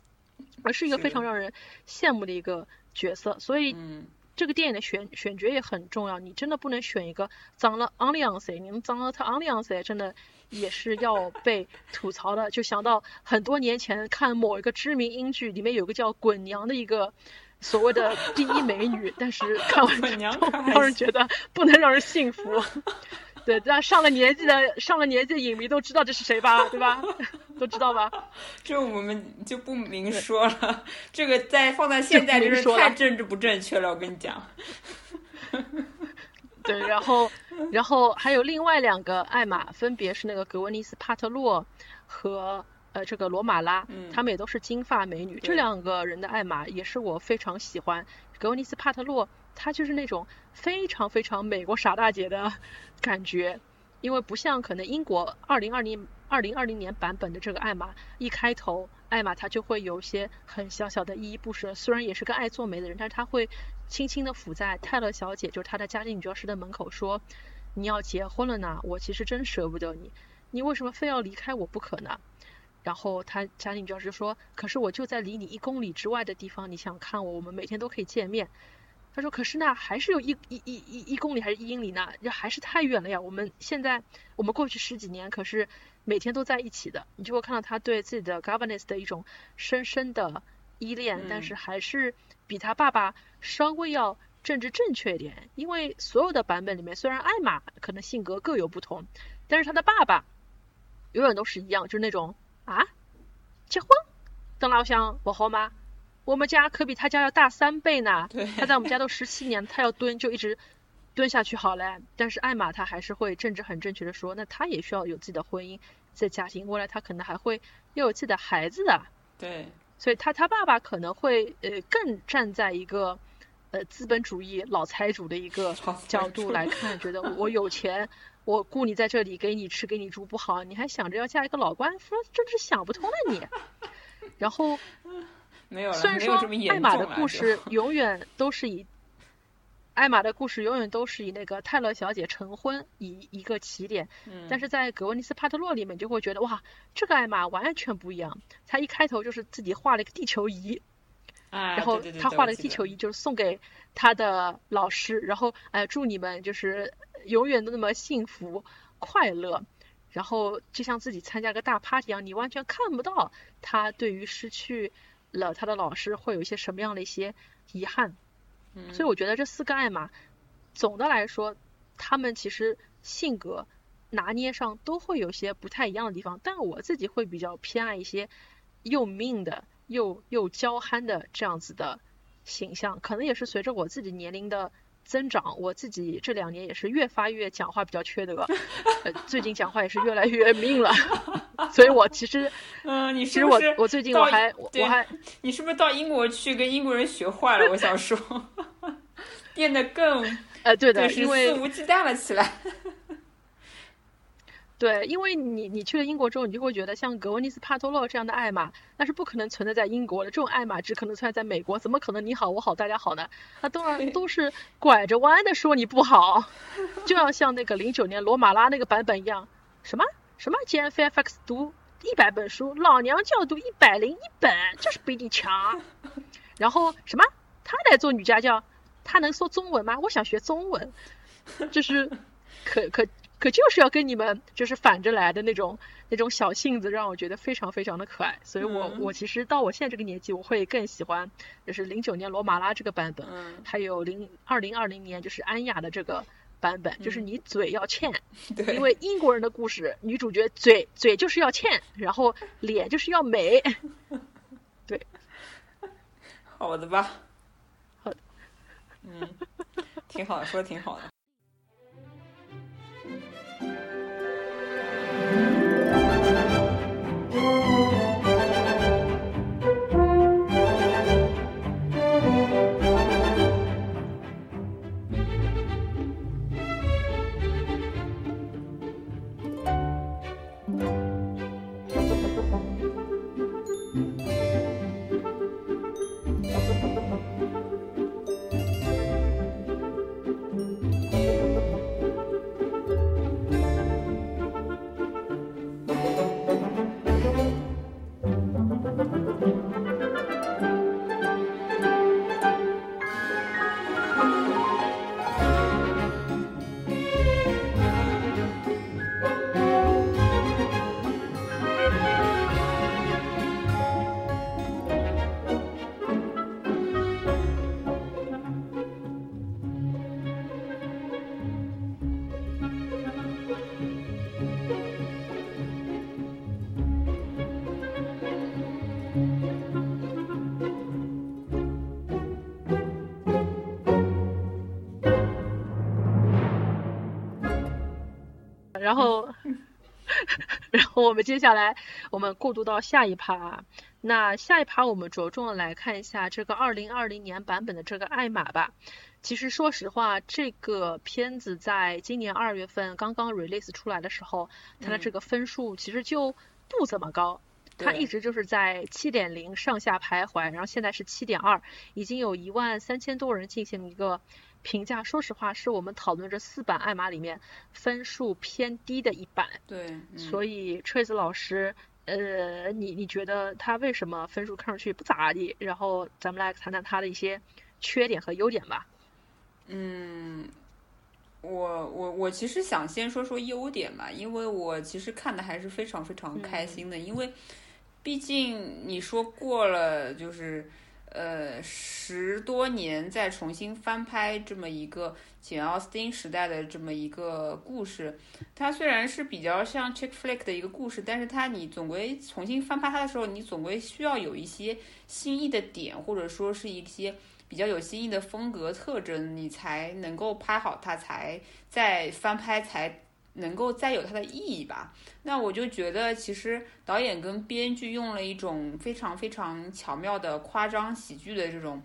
而是一个是非常让人羡慕的一个角色。所以嗯， 这个电影的选选角也很重要，你真的不能选一个脏了 on l y 谁，你们脏了他 on l y 谁，真的也是要被吐槽的。就想到很多年前看某一个知名英剧，里面有个叫滚娘的一个所谓的第一美女，但是看完滚娘之后可还让人觉得不能让人信服。对，但上了年纪的上了年纪的影迷都知道这是谁吧，对吧？都知道吧？这我们就不明说了，这个在放在现在就真不明是说了太政治不正确了，我跟你讲。对，然后，然后还有另外两个艾玛，分别是那个格温妮斯·帕特洛和呃这个罗马拉，嗯她们也都是金发美女。这对两个人的艾玛也是我非常喜欢。格温妮斯·帕特洛，她就是那种非常非常美国傻大姐的感觉，因为不像可能英国二零二零二零二零年版本的这个艾玛，一开头艾玛她就会有一些很小小的依依不舍，虽然也是个爱做媒的人，但是她会轻轻地抚在泰勒小姐，就是她的家庭女教师的门口说：“你要结婚了呢，我其实真舍不得你，你为什么非要离开我不可呢？”然后她家庭女教师说：“可是我就在离你一公里之外的地方，你想看我，我们每天都可以见面。”她说：“可是那还是有一一一一一公里还是一英里呢，这还是太远了呀。我们现在我们过去十几年可是每天都在一起的，你就会看到她对自己的 governess 的一种深深的依恋，但嗯是还是比她爸爸稍微要政治正确一点，因为所有的版本里面，虽然艾玛可能性格各有不同，但是她的爸爸永远都是一样，就是那种啊，结婚，邓老乡，我好吗？我们家可比他家要大三倍呢。对，他在我们家都十七年，他要蹲就一直蹲下去好嘞。但是艾玛她还是会政治很正确的说，那她也需要有自己的婚姻、自己的家庭，未来她可能还会要有自己的孩子的。对，所以他他爸爸可能会呃更站在一个呃资本主义老财主的一个老财角度主来看，觉得我我有钱，我雇你在这里给你吃给你住不好，你还想着要嫁一个老官夫，真是想不通了你。然 后没有了，虽然没有说这么严艾重啊了。玛的故事永远都是以艾玛的故事永远都是以那个泰勒小姐成婚以一个起点，就，嗯但是在格温尼斯帕特洛里面，你就会觉得哇，这个艾玛完全不一样。她一开头就是自己画了一个地球仪，啊，然后对对对她对画我了个记地得球仪，就是送给她的老师，然后哎，祝你们就是永远都那么幸福快乐。然后就像自己参加个大 party 一样，你完全看不到她对于失去了她的老师会有一些什么样的一些遗憾。嗯所以我觉得这四个艾玛，总的来说，他们其实性格拿捏上都会有些不太一样的地方，但我自己会比较偏爱一些又 mean 的、又又娇憨的这样子的形象，可能也是随着我自己年龄的增长，我自己这两年也是越发越讲话比较缺德，呃，最近讲话也是越来越 mean 了，所以我其实嗯，你其是实不我是我最近到我一还我对我还你是不是到英国去跟英国人学坏了？我想说， 变得更呃对的，对是因为肆无忌惮了起来。对，因为你你去了英国之后，你就会觉得像格温妮斯·帕托洛这样的爱玛，那是不可能存在在英国的。这种爱玛只可能存在在美国，怎么可能你好我好大家好呢？那当然都是拐着弯的说你不好，就要像那个零九年罗马拉那个版本一样，什么什么 j a n Fairfax 读一百本书，老娘就要读一百零一本，就是比你强。然后什么他来做女家教，他能说中文吗？我想学中文，就是可可可就是要跟你们就是反着来的那种那种小性子，让我觉得非常非常的可爱。所以我、嗯我其实到我现在这个年纪，我会更喜欢就是零九年罗马拉这个版本，嗯，还有零二零二零年就是安雅的这个版本，就是你嘴要欠，对，因为英国人的故事，女主角嘴嘴就是要欠，然后脸就是要美。好的吧，好的，嗯，挺好的，说的挺好的。然后， 然后我们接下来我们过渡到下一趴啊。那下一趴我们着重的来看一下这个二零二零年版本的这个《爱玛》吧。其实说实话，这个片子在今年二月份刚刚 release 出来的时候，它的这个分数其实就不怎么高，它对一直就是在七点零上下徘徊，然后现在是七点二，已经有一万三千多人进行一个评价。说实话，是我们讨论这四版艾玛里面分数偏低的一版，对，嗯所以 Trace 老师。呃，你你觉得它为什么分数看上去不咋地？然后咱们来谈谈它的一些缺点和优点吧。我我我其实想先说说优点嘛，因为我其实看的还是非常非常开心的，因为毕竟你说过了就是呃十多年再重新翻拍这么一个简奥斯汀时代的这么一个故事，它虽然是比较像 chick flick 的一个故事，但是它你总归重新翻拍它的时候，你总归需要有一些新意的点，或者说是一些比较有新意的风格特征，你才能够拍好它，才再翻拍才能够再有它的意义吧。那我就觉得，其实导演跟编剧用了一种非常非常巧妙的夸张喜剧的这种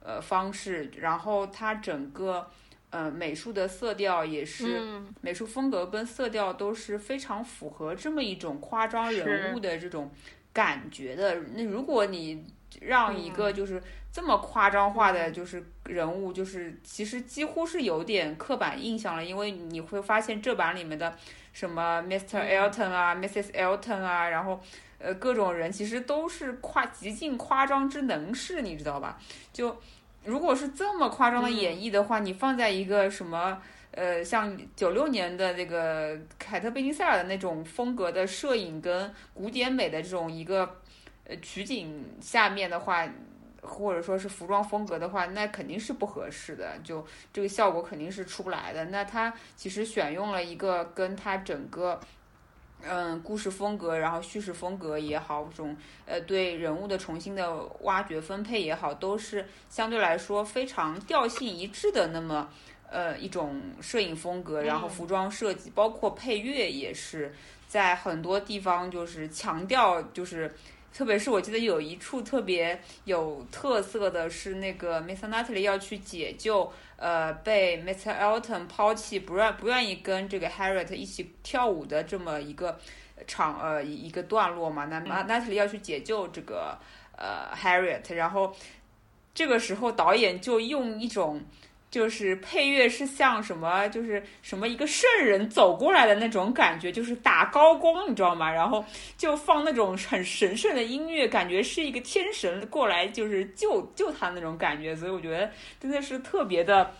呃方式，然后它整个呃美术的色调也是。嗯，美术风格跟色调都是非常符合这么一种夸张人物的这种感觉的。那如果你让一个就是这么夸张化的，就是人物，就是其实几乎是有点刻板印象了，因为你会发现这版里面的什么 Mr. Elton 啊、Mrs. Elton 啊，然后呃各种人其实都是夸极尽夸张之能事，你知道吧？就如果是这么夸张的演绎的话，你放在一个什么？呃，像九六年的那个凯特·贝金塞尔的那种风格的摄影跟古典美的这种一个呃取景下面的话，或者说是服装风格的话，那肯定是不合适的，就这个效果肯定是出不来的。那他其实选用了一个跟他整个。嗯，故事风格，然后叙事风格也好，这种呃对人物的重新的挖掘分配也好，都是相对来说非常调性一致的那么呃一种摄影风格，然后服装设计，包括配乐也是在很多地方就是强调就是。特别是我记得有一处特别有特色的是，那个 Miss Natalie 要去解救呃被 Mr. Elton 抛弃，不愿不愿意跟这个 Harriet 一起跳舞的这么一个场呃一一个段落嘛。那 Natalie 要去解救这个呃 Harriet，然后这个时候导演就用一种。就是配乐是像什么，就是什么一个圣人走过来的那种感觉，就是打高光，你知道吗？然后就放那种很神圣的音乐，感觉是一个天神过来就是救救他那种感觉，所以我觉得真的是特别的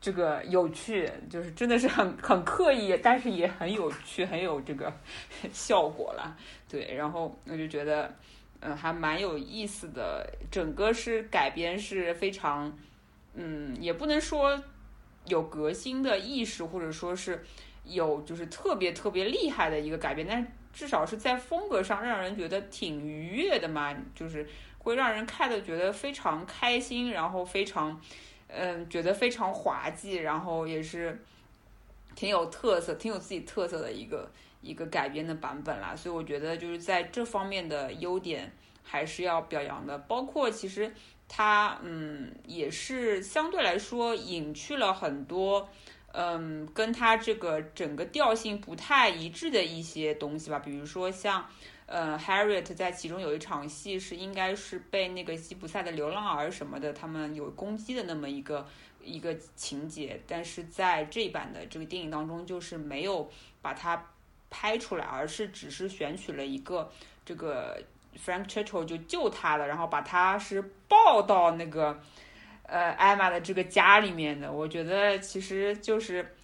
这个有趣，就是真的是很很刻意，但是也很有趣，很有这个 效果啦。对，然后我就觉得，嗯，还蛮有意思的，整个是改编是非常，嗯，也不能说有革新的意识，或者说是有就是特别特别厉害的一个改变，但是至少是在风格上让人觉得挺愉悦的嘛，就是会让人看的觉得非常开心，然后非常嗯觉得非常滑稽，然后也是挺有特色、挺有自己特色的一个一个改编的版本啦。所以我觉得就是在这方面的优点还是要表扬的，包括其实。它嗯，也是相对来说隐去了很多嗯，跟它这个整个调性不太一致的一些东西吧，比如说像，呃，Harriet 在其中有一场戏是应该是被那个吉普赛的流浪儿什么的他们有攻击的那么一个一个情节，但是在这一版的这个电影当中就是没有把它拍出来，而是只是选取了一个这个 Frank Churchill 就救他了，然后把他是抱到那个。呃艾玛的这个家里面的，我觉得其实就是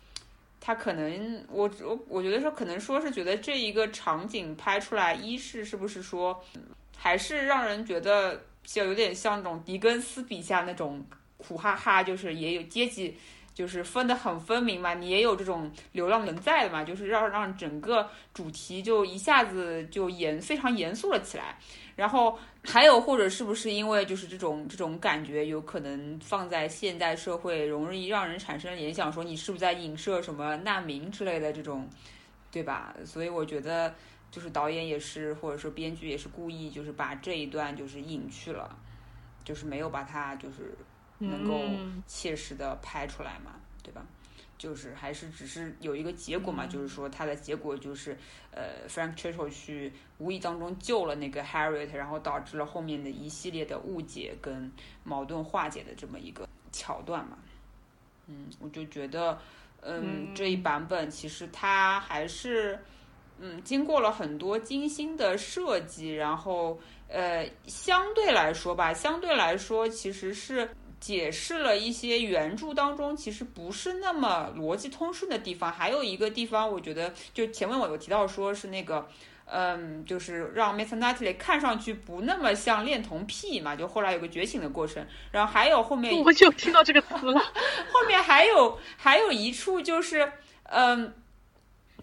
他可能我我我觉得说可能说是觉得这一个场景拍出来，一是是不是说嗯还是让人觉得像有点像那种狄更斯笔下那种苦哈哈，就是也有阶级。就是分得很分明嘛，你也有这种流浪存在的嘛，就是让让整个主题就一下子就严非常严肃了起来。然后还有或者是不是因为就是这种这种感觉，有可能放在现代社会容易让人产生联想，说你是不是在影射什么难民之类的这种对吧？所以我觉得就是导演也是，或者说编剧也是故意就是把这一段就是隐去了，就是没有把它就是能够嗯切实的拍出来嘛，对吧？就是还是只是有一个结果嘛，就是说它的结果就是，呃，Frank Churchill 去无意当中救了那个 Harriet，然后导致了后面的一系列的误解跟矛盾化解的这么一个桥段嘛。嗯，我就觉得，嗯，这一版本其实它还是，嗯，经过了很多精心的设计，然后呃，相对来说吧，相对来说其实是解释了一些原著当中其实不是那么逻辑通顺的地方。还有一个地方，我觉得就前面我有提到说是那个。嗯，就是让 Miss Natalie 看上去不那么像恋童癖嘛，就后来有个觉醒的过程，然后还有后面嗯我就听到这个词了。 后面还有还有一处就是，嗯，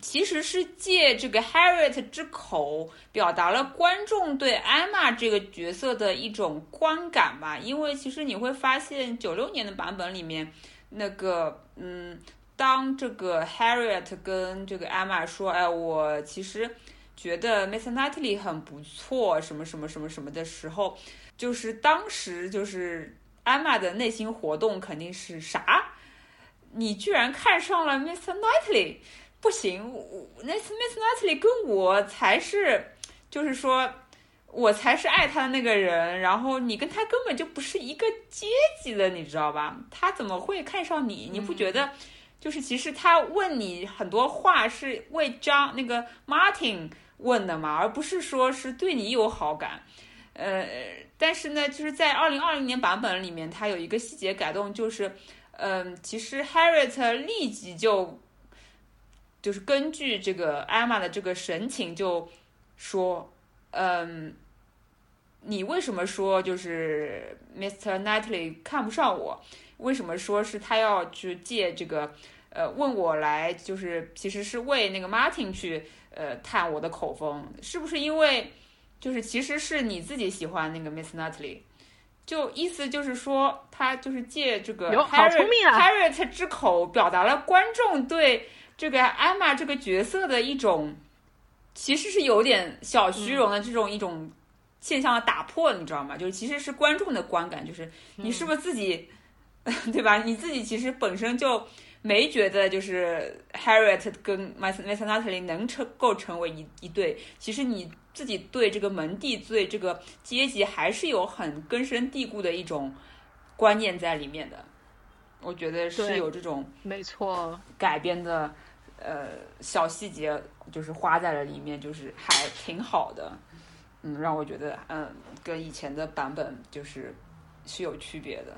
其实是借这个 Harriet 之口表达了观众对艾玛这个角色的一种观感吧。因为其实你会发现，九六年的版本里面，那个嗯，当这个 Harriet 跟这个艾玛说：“哎，我其实。”觉得 Miss Natalie 很不错，什么什么什么什么的时候，就是当时就是艾玛的内心活动肯定是啥？你居然看上了 Miss Knightley，不行，我我那 Miss Knightley 跟我才是，就是说我才是爱他的那个人，然后你跟他根本就不是一个阶级的，你知道吧？他怎么会看上你？你不觉得？就是其实他问你很多话是为张那个 Martin 问的嘛，而不是说是对你有好感。呃，但是呢，就是在二零二零年版本里面，它有一个细节改动，就是，嗯，其实 Harriet 立即就，就是根据这个 Emma 的这个神情就说，嗯，你为什么说就是 Mr. Knightley 看不上我？为什么说是他要去借这个，呃，问我来，就是其实是为那个 Martin 去，呃，探我的口风，是不是因为？就是其实是你自己喜欢那个 Miss Nutley，就意思就是说他就是借这个哟好 Harriet、聪明啊 Harriet 之口表达了观众对这个 Emma 这个角色的一种，其实是有点小虚荣嗯的这种一种现象的打破，你知道吗？就是其实是观众的观感，就是你是不是自己，对吧？你自己其实本身就。没觉得就是 Harriet 跟 Miss Miss Natalie 能成够成为一一对，其实你自己对这个门第、对这个阶级还是有很根深蒂固的一种观念在里面的。我觉得是对有这种没错，改编的，呃，小细节就是花在了里面，就是还挺好的。嗯，让我觉得，嗯，跟以前的版本就是是有区别的。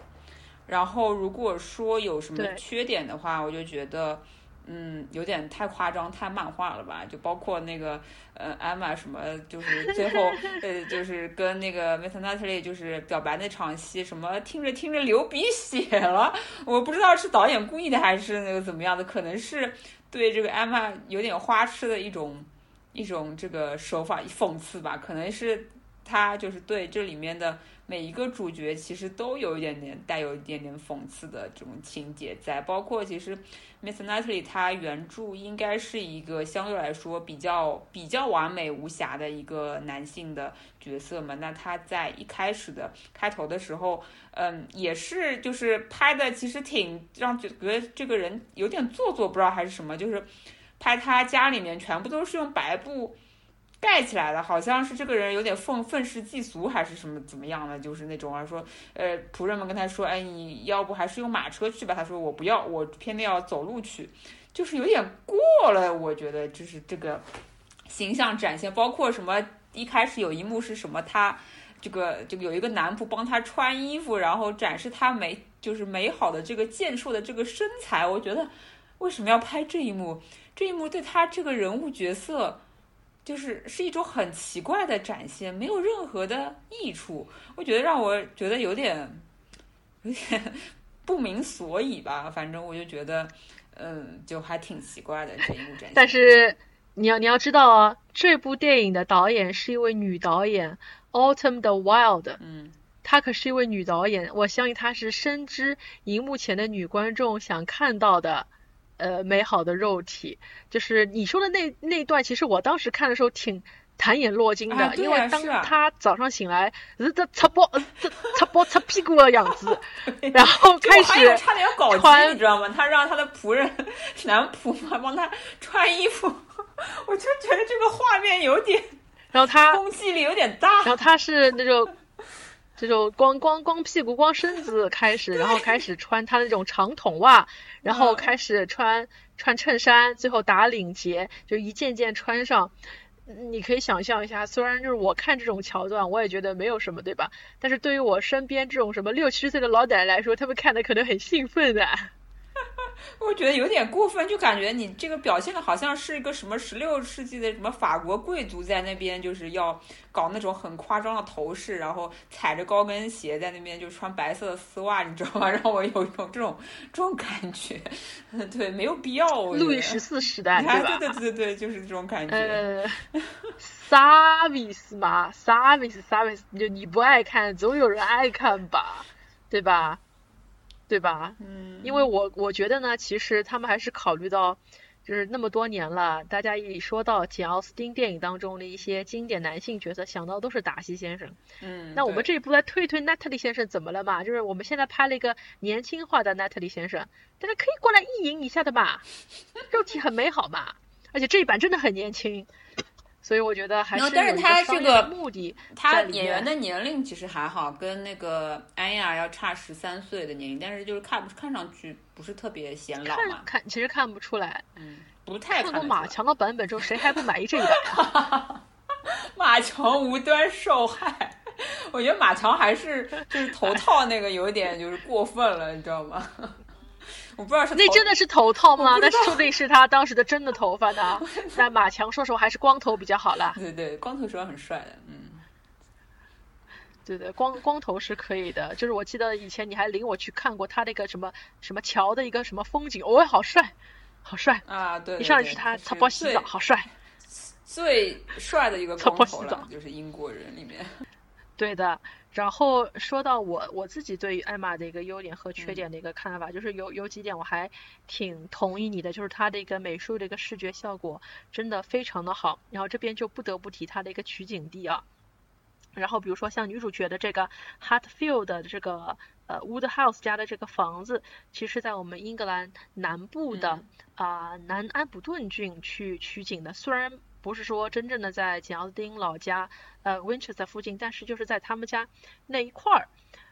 然后如果说有什么对缺点的话，我就觉得，嗯，有点太夸张、太漫画了吧？就包括那个，呃，艾玛什么，就是最后，呃，就是跟那个 m i s Natalie 就是表白那场戏，什么听着听着流鼻血了，我不知道是导演故意的还是那个怎么样的，可能是对这个艾玛有点花痴的一种一种这个手法讽刺吧，可能是他就是对这里面的每一个主角其实都有一点点带有一点点讽刺的这种情节在，包括其实 Miss Natalie 它原著应该是一个相对来说比较比较完美无瑕的一个男性的角色嘛，那他在一开始的开头的时候，嗯，也是就是拍的其实挺让觉觉得这个人有点做作，不知道还是什么，就是拍他家里面全部都是用白布盖起来的，好像是这个人有点愤愤世嫉俗还是什么怎么样的，就是那种啊说，呃，仆人们跟他说，哎，你要不还是用马车去吧？他说我不要，我偏偏要走路去，就是有点过了，我觉得就是这个形象展现，包括什么一开始有一幕是什么他。这个这个有一个男仆帮他穿衣服，然后展示他美就是美好的这个健硕的这个身材，我觉得为什么要拍这一幕？这一幕对他这个人物角色，就是是一种很奇怪的展现，没有任何的益处。我觉得让我觉得有点有点 不明所以吧，反正我就觉得，嗯，就还挺奇怪的这一幕展现。但是你要你要知道啊，这部电影的导演是一位女导演，Autumn 的 Wild，嗯，她可是一位女导演，我相信她是深知荧幕前的女观众想看到的。呃美好的肉体。就是你说的那那一段，其实我当时看的时候挺弹眼落睛的，啊对因啊为当是啊他早上醒来，是这擦包呃这擦包擦屁股的样 子，然后开我还以为始差点要搞基，穿你知道吗？他让他的仆人男仆嘛帮他穿衣服，我就觉得这个画面有点然后他冲击力有点大。然后他是那种这种光光光屁股光身子开始，然后开始穿他那种长筒袜，然后嗯开始穿穿衬衫，最后打领结，就一件件穿上。嗯你可以想象一下，虽然就是我看这种桥段，我也觉得没有什么，对吧？但是对于我身边这种什么六七十岁的老奶奶来说，他们看的可能很兴奋的。我觉得有点过分，就感觉你这个表现的好像是一个什么十六世纪的什么法国贵族在那边就是要搞那种很夸张的头饰，然后踩着高跟鞋在那边就穿白色的丝袜，你知道吗？ 让我有一种这种这种感觉， 对，没有必要。我觉路易得十四时代，哎对吧？对对对对，就是这种感觉。呃，service 嘛，service service，就你不爱看，总有人爱看吧，对吧？对吧？嗯，因为我我觉得呢，其实他们还是考虑到，就是那么多年了，大家一说到简奥斯汀电影当中的一些经典男性角色，想到都是达西先生。嗯，那我们对这一步来推一推 Natalie 先生怎么了嘛？就是我们现在拍了一个年轻化的 Natalie 先生，大家可以过来意淫一下的嘛，肉体很美好嘛，而且这一版真的很年轻，所以我觉得还没有是但是有一他商这业的个目的，他在里演员面的年龄其实还好，跟那个安雅要差十三岁的年龄，但是就是看看上去不是特别显老嘛看，看其实看不出来，嗯，不太看得过出马来强的版本之后，谁还不满意这一版 呀？马强无端受害，我觉得马强还是就是哎头套那个有点就是过分了，你知道吗？ 我不知道是那头真的是头套吗我？不那知道说不定是他当时的真的头发呢。那马强说实话还是光头比较好啦，对对，光头蛇很帅的，嗯，对对，光光头是可以的。就是我记得以前你还领我去看过他那个什么什么桥的一个什么风景，哦，好帅，好帅！啊对对一上来对是他就他帮洗最澡，好帅。最帅的一个他光帮头洗了澡，就是英国人里面，对的。然后说到我我自己对于艾玛的一个优点和缺点的一个看法，就是有有几点我还挺同意你的，就是她的一个美术的一个视觉效果真的非常的好。然后这边就不得不提她的一个取景地啊，然后比如说像女主角的这个 Hartfield 的这个呃 Woodhouse 家的这个房子，其实在我们英格兰南部的嗯啊、南安普顿郡去取景的，虽然不是说真正的在简奥斯汀老家呃 Winchester 附近，但是就是在他们家那一块儿。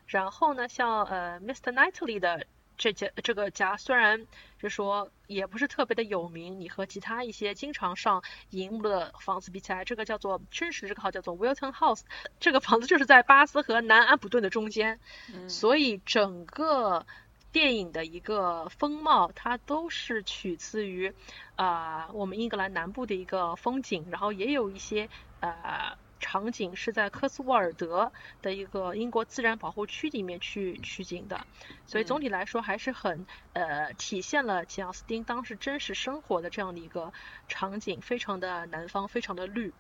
然后呢，像呃 Mr. Knightley 的这家这个家，虽然就说也不是特别的有名，你和其他一些经常上荧幕的房子比起来，这个叫做真实这个号叫做 Wilton House，这个房子就是在巴斯和南安普顿的中间，嗯所以整个电影的一个风貌，它都是取自于啊、我们英格兰南部的一个风景，然后也有一些呃场景是在科斯沃尔德的一个英国自然保护区里面去取景的，所以总嗯体来说还是很呃体现了简奥斯汀当时真实生活的这样的一个场景，非常的南方，非常的绿。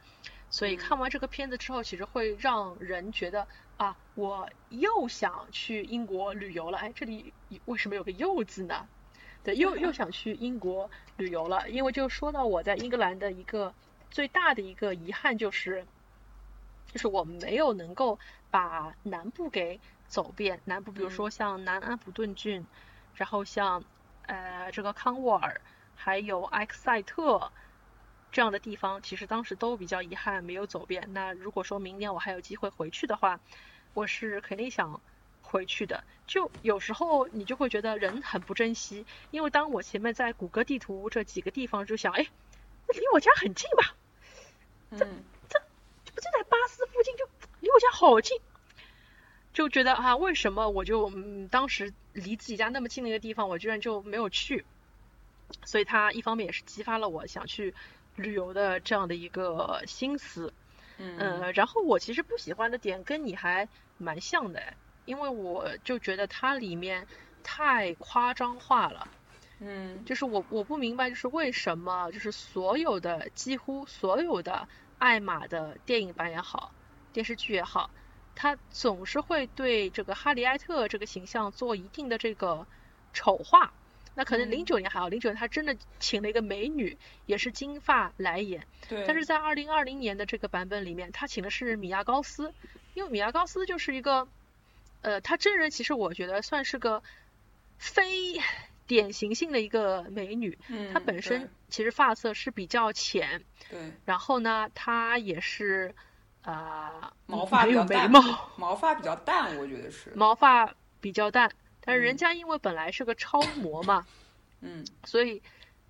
所以嗯看完这个片子之后，其实会让人觉得啊，我又想去英国旅游了。哎，这里为什么有个“又”字呢？对，又又想去英国旅游了，因为就说到我在英格兰的一个最大的一个遗憾就是，就是我没有能够把南部给走遍。南部比如嗯说像南安普顿郡，然后像呃这个康沃尔，还有埃克塞特这样的地方，其实当时都比较遗憾没有走遍。那如果说明年我还有机会回去的话，我是肯定想回去的。就有时候你就会觉得人很不珍惜，因为当我前面在谷歌地图这几个地方就想，哎，那离我家很近吧，嗯，这不就在巴斯附近，就离我家好近，就觉得啊，为什么我就嗯当时离自己家那么近的一个地方，我居然就没有去？所以它一方面也是激发了我想去旅游的这样的一个心思。嗯呃，然后我其实不喜欢的点跟你还蛮像的，因为我就觉得它里面太夸张化了。嗯就是我我不明白，就是为什么就是所有的几乎所有的艾玛的电影版也好，电视剧也好，它总是会对这个哈利埃特这个形象做一定的这个丑化。那可能零九年还好，零九年他真的请了一个美女，也是金发来演。对，但是在二零二零年的这个版本里面，他请的是米娅高斯，因为米娅高斯就是一个，呃，她真人其实我觉得算是个非典型性的一个美女，嗯她本身其实发色是比较浅，对对然后呢，她也是啊、毛发没比有较眉淡毛，毛发比较淡，我觉得是，毛发比较淡，但是嗯人家因为本来是个超模嘛，嗯所以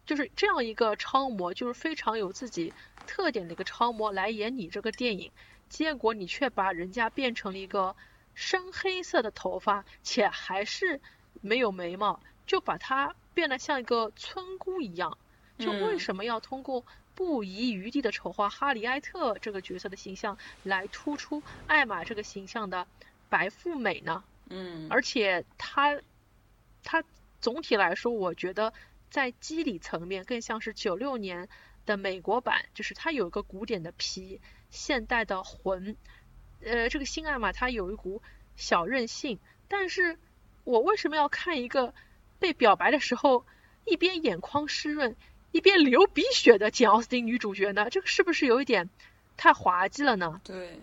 就是这样一个超模，就是非常有自己特点的一个超模来演你这个电影，结果你却把人家变成了一个深黑色的头发，且还是没有眉毛，就把她变得像一个村姑一样。就为嗯什么要通过不遗余力的丑化哈里埃特这个角色的形象，来突出艾玛这个形象的白富美呢？嗯，而且它它总体来说，我觉得在肌理层面更像是九六年的美国版，就是它有一个古典的皮，现代的魂。呃，这个新爱玛它有一股小任性，但是我为什么要看一个被表白的时候一边眼眶湿润一边流鼻血的简奥斯汀女主角呢？这个是不是有一点太滑稽了呢？对，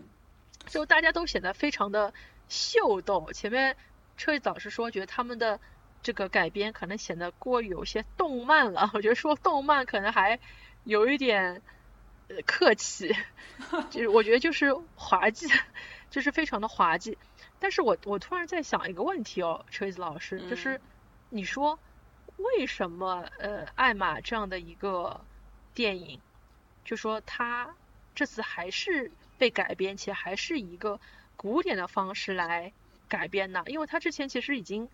就大家都显得非常的秀逗。前面车厘子老师说，觉得他们的这个改编可能显得过于有些动漫了。我觉得说动漫可能还有一点呃客气，就是我觉得就是滑稽，就是非常的滑稽。但是我我突然在想一个问题哦，车厘子老师，就是嗯你说为什么呃艾玛这样的一个电影，就说它这次还是被改编，且还是以一个古典的方式来改编呢？因为它之前其实已经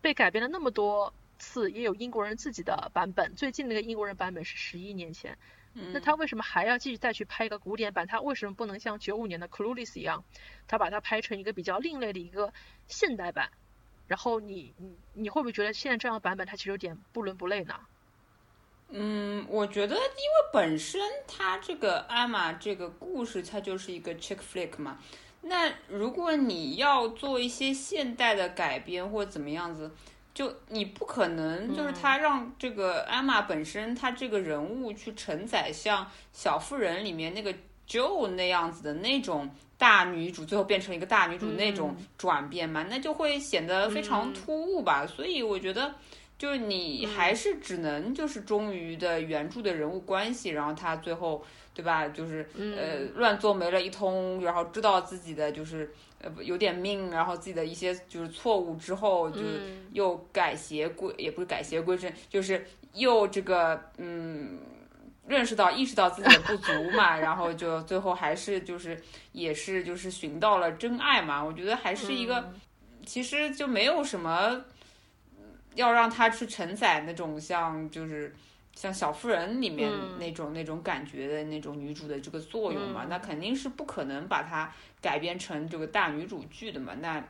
被改编了那么多次，也有英国人自己的版本，最近那个英国人版本是十一年前。那那他为什么还要继续再去拍一个古典版？他为什么不能像九五年的《Clueless》一样，他把它拍成一个比较另类的一个现代版？然后你你你会不会觉得现在这样的版本它其实有点不伦不类呢？嗯，我觉得，因为本身它这个艾玛这个故事，它就是一个 chick flick 嘛。那如果你要做一些现代的改编或怎么样子，就你不可能就是他让这个艾玛本身她这个人物去承载像《小妇人》里面那个 Joe 那样子的那种大女主，最后变成一个大女主那种转变嘛，那就会显得非常突兀吧。所以我觉得。就是你还是只能就是忠于的原著的人物关系，然后他最后对吧，就是呃乱做没了一通，然后知道自己的就是呃不有点命，然后自己的一些就是错误之后，就是嗯又改邪归也不是改邪归正，就是又这个嗯。认识到意识到自己的不足嘛，然后就最后还是就是也是就是寻到了真爱嘛。我觉得还是一个其实就没有什么嗯要让他去承载那种像就是像小妇人里面嗯那种、那种感觉的那种女主的这个作用嘛，嗯那肯定是不可能把它改编成这个大女主剧的嘛。那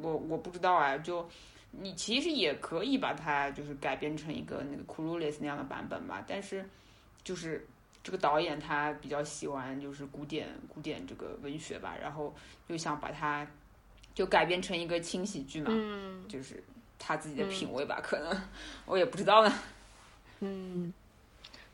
我我不知道啊，就你其实也可以把它就是改编成一个那个 c r u l i s 那样的版本吧，但是就是。这个导演他比较喜欢就是古典古典这个文学吧，然后又想把它就改编成一个轻喜剧嘛，嗯就是他自己的品味吧，可能我也不知道呢。嗯，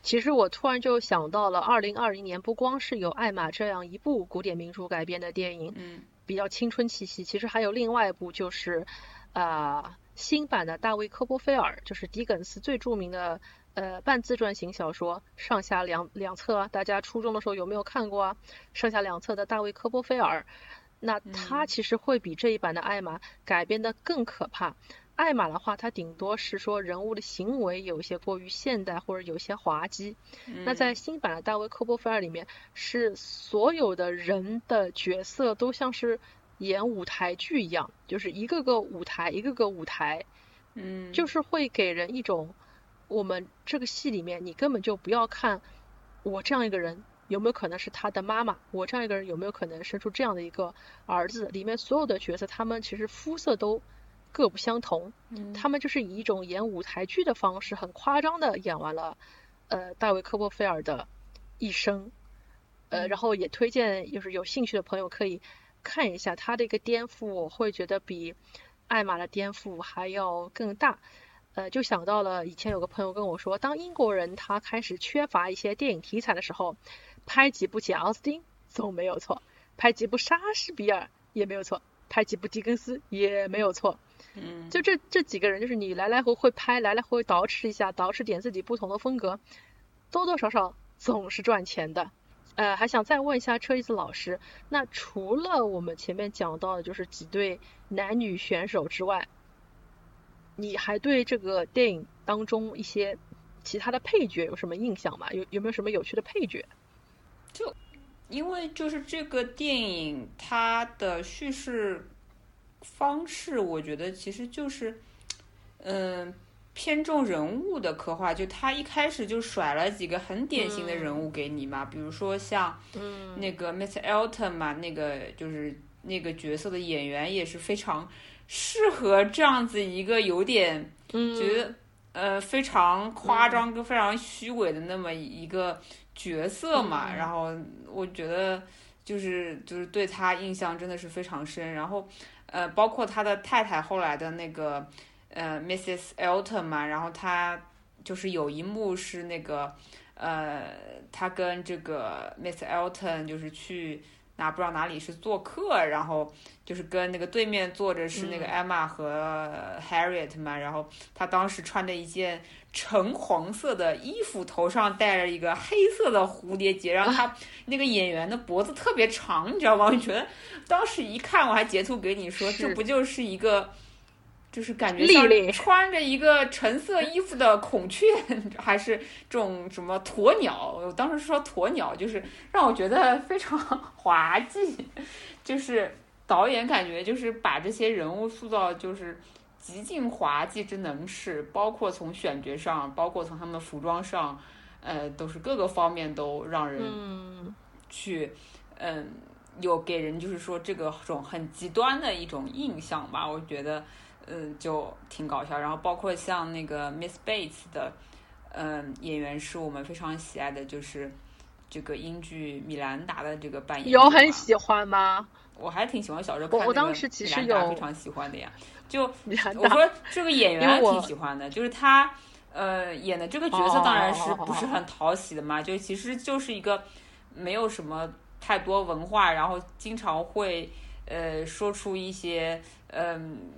其实我突然就想到了，二零二零年不光是有《艾玛》这样一部古典名著改编的电影嗯比较青春气息，其实还有另外一部就是，呃，新版的大卫科波菲尔，就是狄更斯最著名的呃半自传型小说《上下两两册》啊，大家初中的时候有没有看过啊？《上下两册》的大卫科波菲尔，那它其实会比这一版的艾玛改编的更可怕。艾玛的话，它顶多是说人物的行为有一些过于现代或者有些滑稽。嗯那在新版的大卫·科波菲尔里面，是所有的人的角色都像是演舞台剧一样，就是一个个舞台，一个个舞台，嗯，就是会给人一种，我们这个戏里面，你根本就不要看我这样一个人有没有可能是他的妈妈，我这样一个人有没有可能生出这样的一个儿子。里面所有的角色，他们其实肤色都各不相同，他们就是以一种演舞台剧的方式，很夸张的演完了，呃，大卫科波菲尔的一生。呃，然后也推荐，就是有兴趣的朋友可以看一下他的一个颠覆，我会觉得比艾玛的颠覆还要更大。呃，就想到了以前有个朋友跟我说，当英国人他开始缺乏一些电影题材的时候，拍几部简奥斯汀总没有错，拍几部莎士比亚也没有错，拍几部狄更斯也没有错。嗯，就这这几个人，就是你来来回回拍，来来回回捯饬一下，捯饬点自己不同的风格，多多少少总是赚钱的。呃，还想再问一下车厘子老师，那除了我们前面讲到的，就是几对男女选手之外，你还对这个电影当中一些其他的配角有什么印象吗？有有没有什么有趣的配角？因为就是这个电影它的叙事方式，我觉得其实就是，嗯。偏重人物的刻画，就他一开始就甩了几个很典型的人物给你嘛，比如说像嗯那个 Mr. Elton 嘛，那个就是那个角色的演员也是非常适合这样子一个有点觉嗯得、呃非常夸张跟非常虚伪的那么一个角色嘛。嗯然后我觉得就是就是对他印象真的是非常深。然后呃，包括他的太太后来的那个呃 Mrs. Elton 嘛，然后他就是有一幕是那个呃，他跟这个 Miss Elton 就是去哪不知道哪里是做客，然后就是跟那个对面坐着是那个 Emma 和 Harriet 嘛，然后他当时穿着一件橙黄色的衣服，头上戴着一个黑色的蝴蝶结，然后他那个演员的脖子特别长，你知道吗？我觉得当时一看我还截图给你说，这是不就是一个。就是感觉丽像丽穿着一个橙色衣服的孔雀， 还是这种什么鸵鸟，我当时说鸵鸟就是让我觉得非常 滑稽，就是导演感觉就是把这些人物塑造就是极尽滑稽之能事，包括从选角上，包括从他们服装上，呃，都是各个方面都让人嗯去，嗯，有给人就是说这个种很极端的一种印象吧，我觉得，嗯，就挺搞笑。然后包括像那个 Miss Bates 的，嗯，演员是我们非常喜爱的，就是这个英剧《米兰达》的这个扮演者有很嘛喜欢吗？我还挺喜欢小时候我看我那当个时其米实兰达有非常喜欢的呀，就米兰我达说这个演员因为还我挺喜欢的，就是他呃演的这个角色哦当然是哦哦不是很讨喜的嘛，就其实就是一个没有什么太多文化，然后经常会呃说出一些嗯、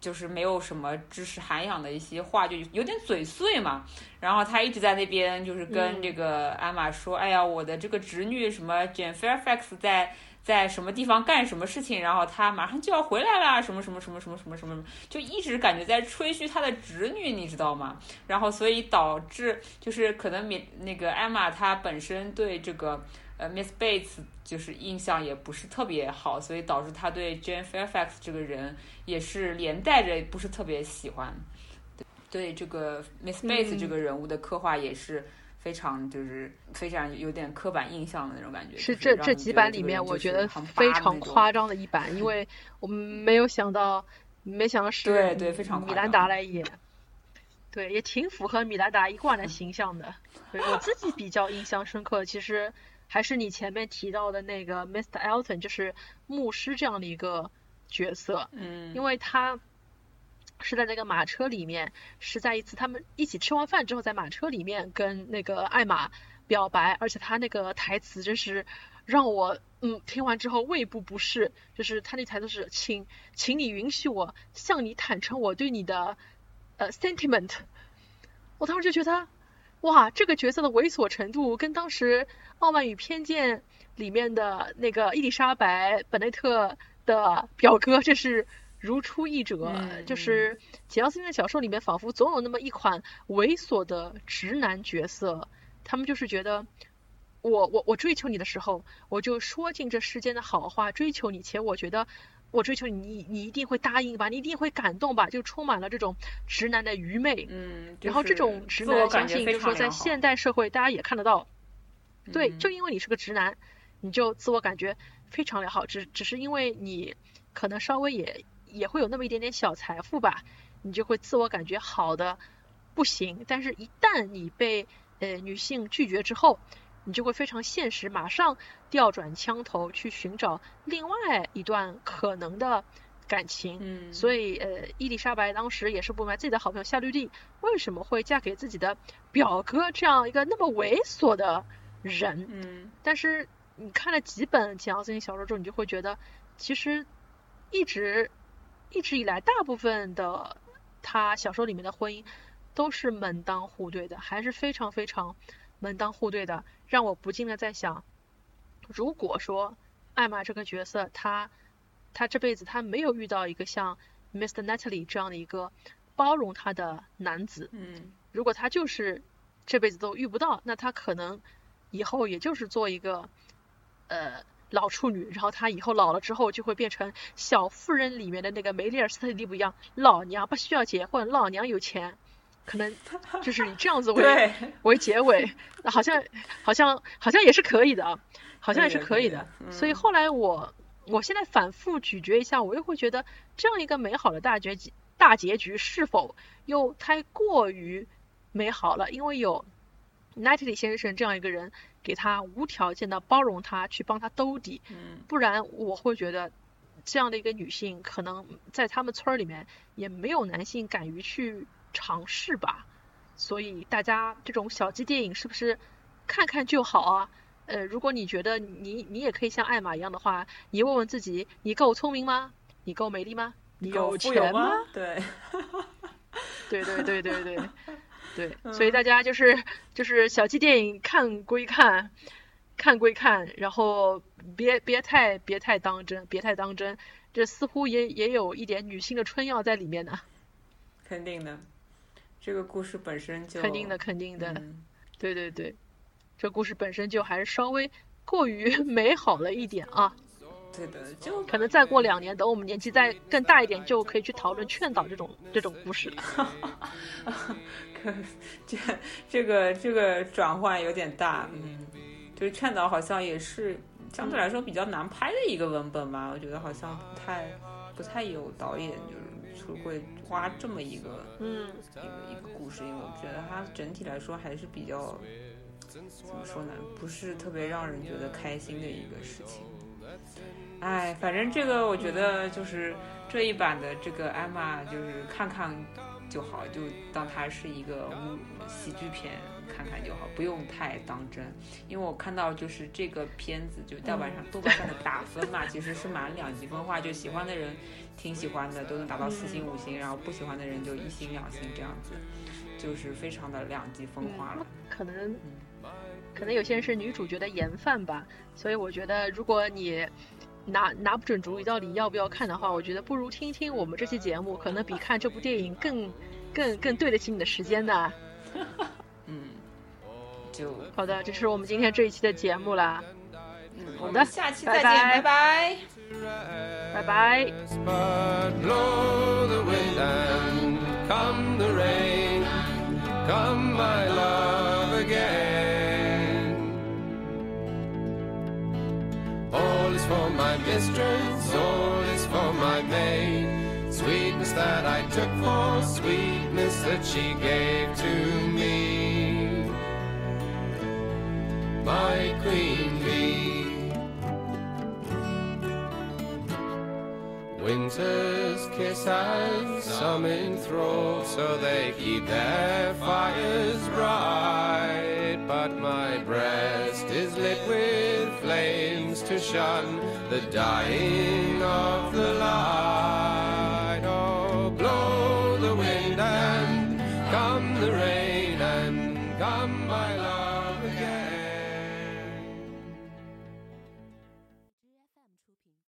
就是没有什么知识涵养的一些话，就有点嘴碎嘛。然后他一直在那边就是跟嗯这个艾玛说：“哎呀，我的这个侄女什么 Jane Fairfax 在在什么地方干什么事情，然后她马上就要回来啦，什么什么什么什么什么什么什么，就一直感觉在吹嘘她的侄女，你知道吗？然后所以导致就是可能米那个艾玛她本身对这个呃 Miss Bates 就是印象也不是特别好，所以导致她对 Jane Fairfax 这个人也是连带着不是特别喜欢。对对这个 Miss Bates 嗯这个人物的刻画也是非常就是非常有点刻板印象的那种感觉。是就是这让这你几觉版里得这个人面，我就是觉得很非巴的常那种夸张的一版，因为我们没有想到，没想到是对对非常米夸兰张达来演，对，也挺符合米兰达一贯的形象的。对我自己比较印象深刻，其实还是你前面提到的那个 Mr. Elton，就是牧师这样的一个角色。嗯，因为他是在那个马车里面，是在一次他们一起吃完饭之后，在马车里面跟那个艾玛表白，而且他那个台词真是让我嗯听完之后胃部不适，就是他那台词是请请你允许我向你坦诚我对你的呃 sentiment，我当时就觉得哇，这个角色的猥琐程度跟当时《傲慢与偏见》里面的那个伊丽莎白·本内特的表哥，这是如出一辙。嗯就是简奥斯汀的小说里面，仿佛总有那么一款猥琐的直男角色，他们就是觉得。我我我追求你的时候，我就说尽这世间的好话，追求你，且我觉得我追求你，你你一定会答应吧，你一定会感动吧，就充满了这种直男的愚昧。嗯，就然后这是种直自我男，相感觉信非就是常说在良好现代社会，大家也看得到。对，嗯就因为你是个直男，你就自我感觉非常良好，只只是因为你可能稍微也也会有那么一点点小财富吧，你就会自我感觉好的不行。但是，一旦你被呃女性拒绝之后，你就会非常现实，马上调转枪头去寻找另外一段可能的感情。嗯，所以，呃，伊丽莎白当时也是不满自己的好朋友夏绿蒂为什么会嫁给自己的表哥这样一个那么猥琐的人。嗯但是你看了几本简奥斯汀小说之后，你就会觉得，其实一直一直以来，大部分的他小说里面的婚姻都是门当户对的，还是非常非常门当户对的，让我不禁的在想，如果说艾玛这个角色，她她这辈子她没有遇到一个像 Mr. Natalie 这样的一个包容她的男子，嗯如果他就是这辈子都遇不到，那他可能以后也就是做一个呃老处女，然后他以后老了之后就会变成《小妇人》里面的那个梅丽尔·斯特里普一样，老娘不需要结婚，老娘有钱，可能就是以这样子为 对，为结尾，好像好像好像也是可以的啊， 好像也是可以的。对的所以后来我我现在反复咀嚼一下，我又会觉得这样一个美好的大结局大结局是否又太过于美好了？因为有 Natalie 先生这样一个人给他无条件的包容他，去帮他兜底，嗯不然我会觉得这样的一个女性可能在他们村儿里面也没有男性敢于去尝试吧。所以大家这种小鸡电影是不是看看就好啊？呃，如果你觉得你你也可以像艾玛一样的话，你问问自己，你够聪明吗？你够美丽吗？你有富有钱吗？？对，对对对对对对，所以大家就是就是小鸡电影看归看，看归看，然后别别太别太当真，别太当真，这似乎也也有一点女性的春药在里面呢，肯定的。这个故事本身就肯定的肯定的，嗯对对对，这故事本身就还是稍微过于 美好了一点啊，对的，就可能再过两年，等我们年纪再更大一点，就可以去讨论劝导这种这种故事了。可这这个这个转换有点大，嗯，就是劝导好像也是相对来说比较难拍的一个文本吧，我觉得好像不太不太有导演就是出会花这么一个嗯，一个一个故事，因为我觉得它整体来说还是比较怎么说呢，不是特别让人觉得开心的一个事情。哎，反正这个我觉得就是这一版的这个艾玛，就是看看就好，就当它是一个无喜剧片看看就好，不用太当真。因为我看到就是这个片子，就豆瓣上豆瓣上的打分嘛，其实是满两极分化，就喜欢的人挺喜欢的，都能达到四星五星，然后不喜欢的人就一星两星这样子，就是非常的两极分化了。可能可能有些人是女主角的盐贩吧，所以我觉得如果你拿拿不准主意到底要不要看的话，我觉得不如听听我们这期节目，可能比看这部电影更更更对得起你的时间呢。嗯，就好的，这是我们今天这一期的节目啦，嗯，好我的们下期再见，拜拜拜拜拜拜。 But blow the wind and come the rain, come my love again. All is for my mistress, all is for my maid. Sweetness that I took for sweetness that she gave to me. My queen bee. Winter's kiss has some in thrall, so they keep their fires bright. But my breast is lit with flames to shun the dying of the light. Oh, blow the wind and come the rain and come my love.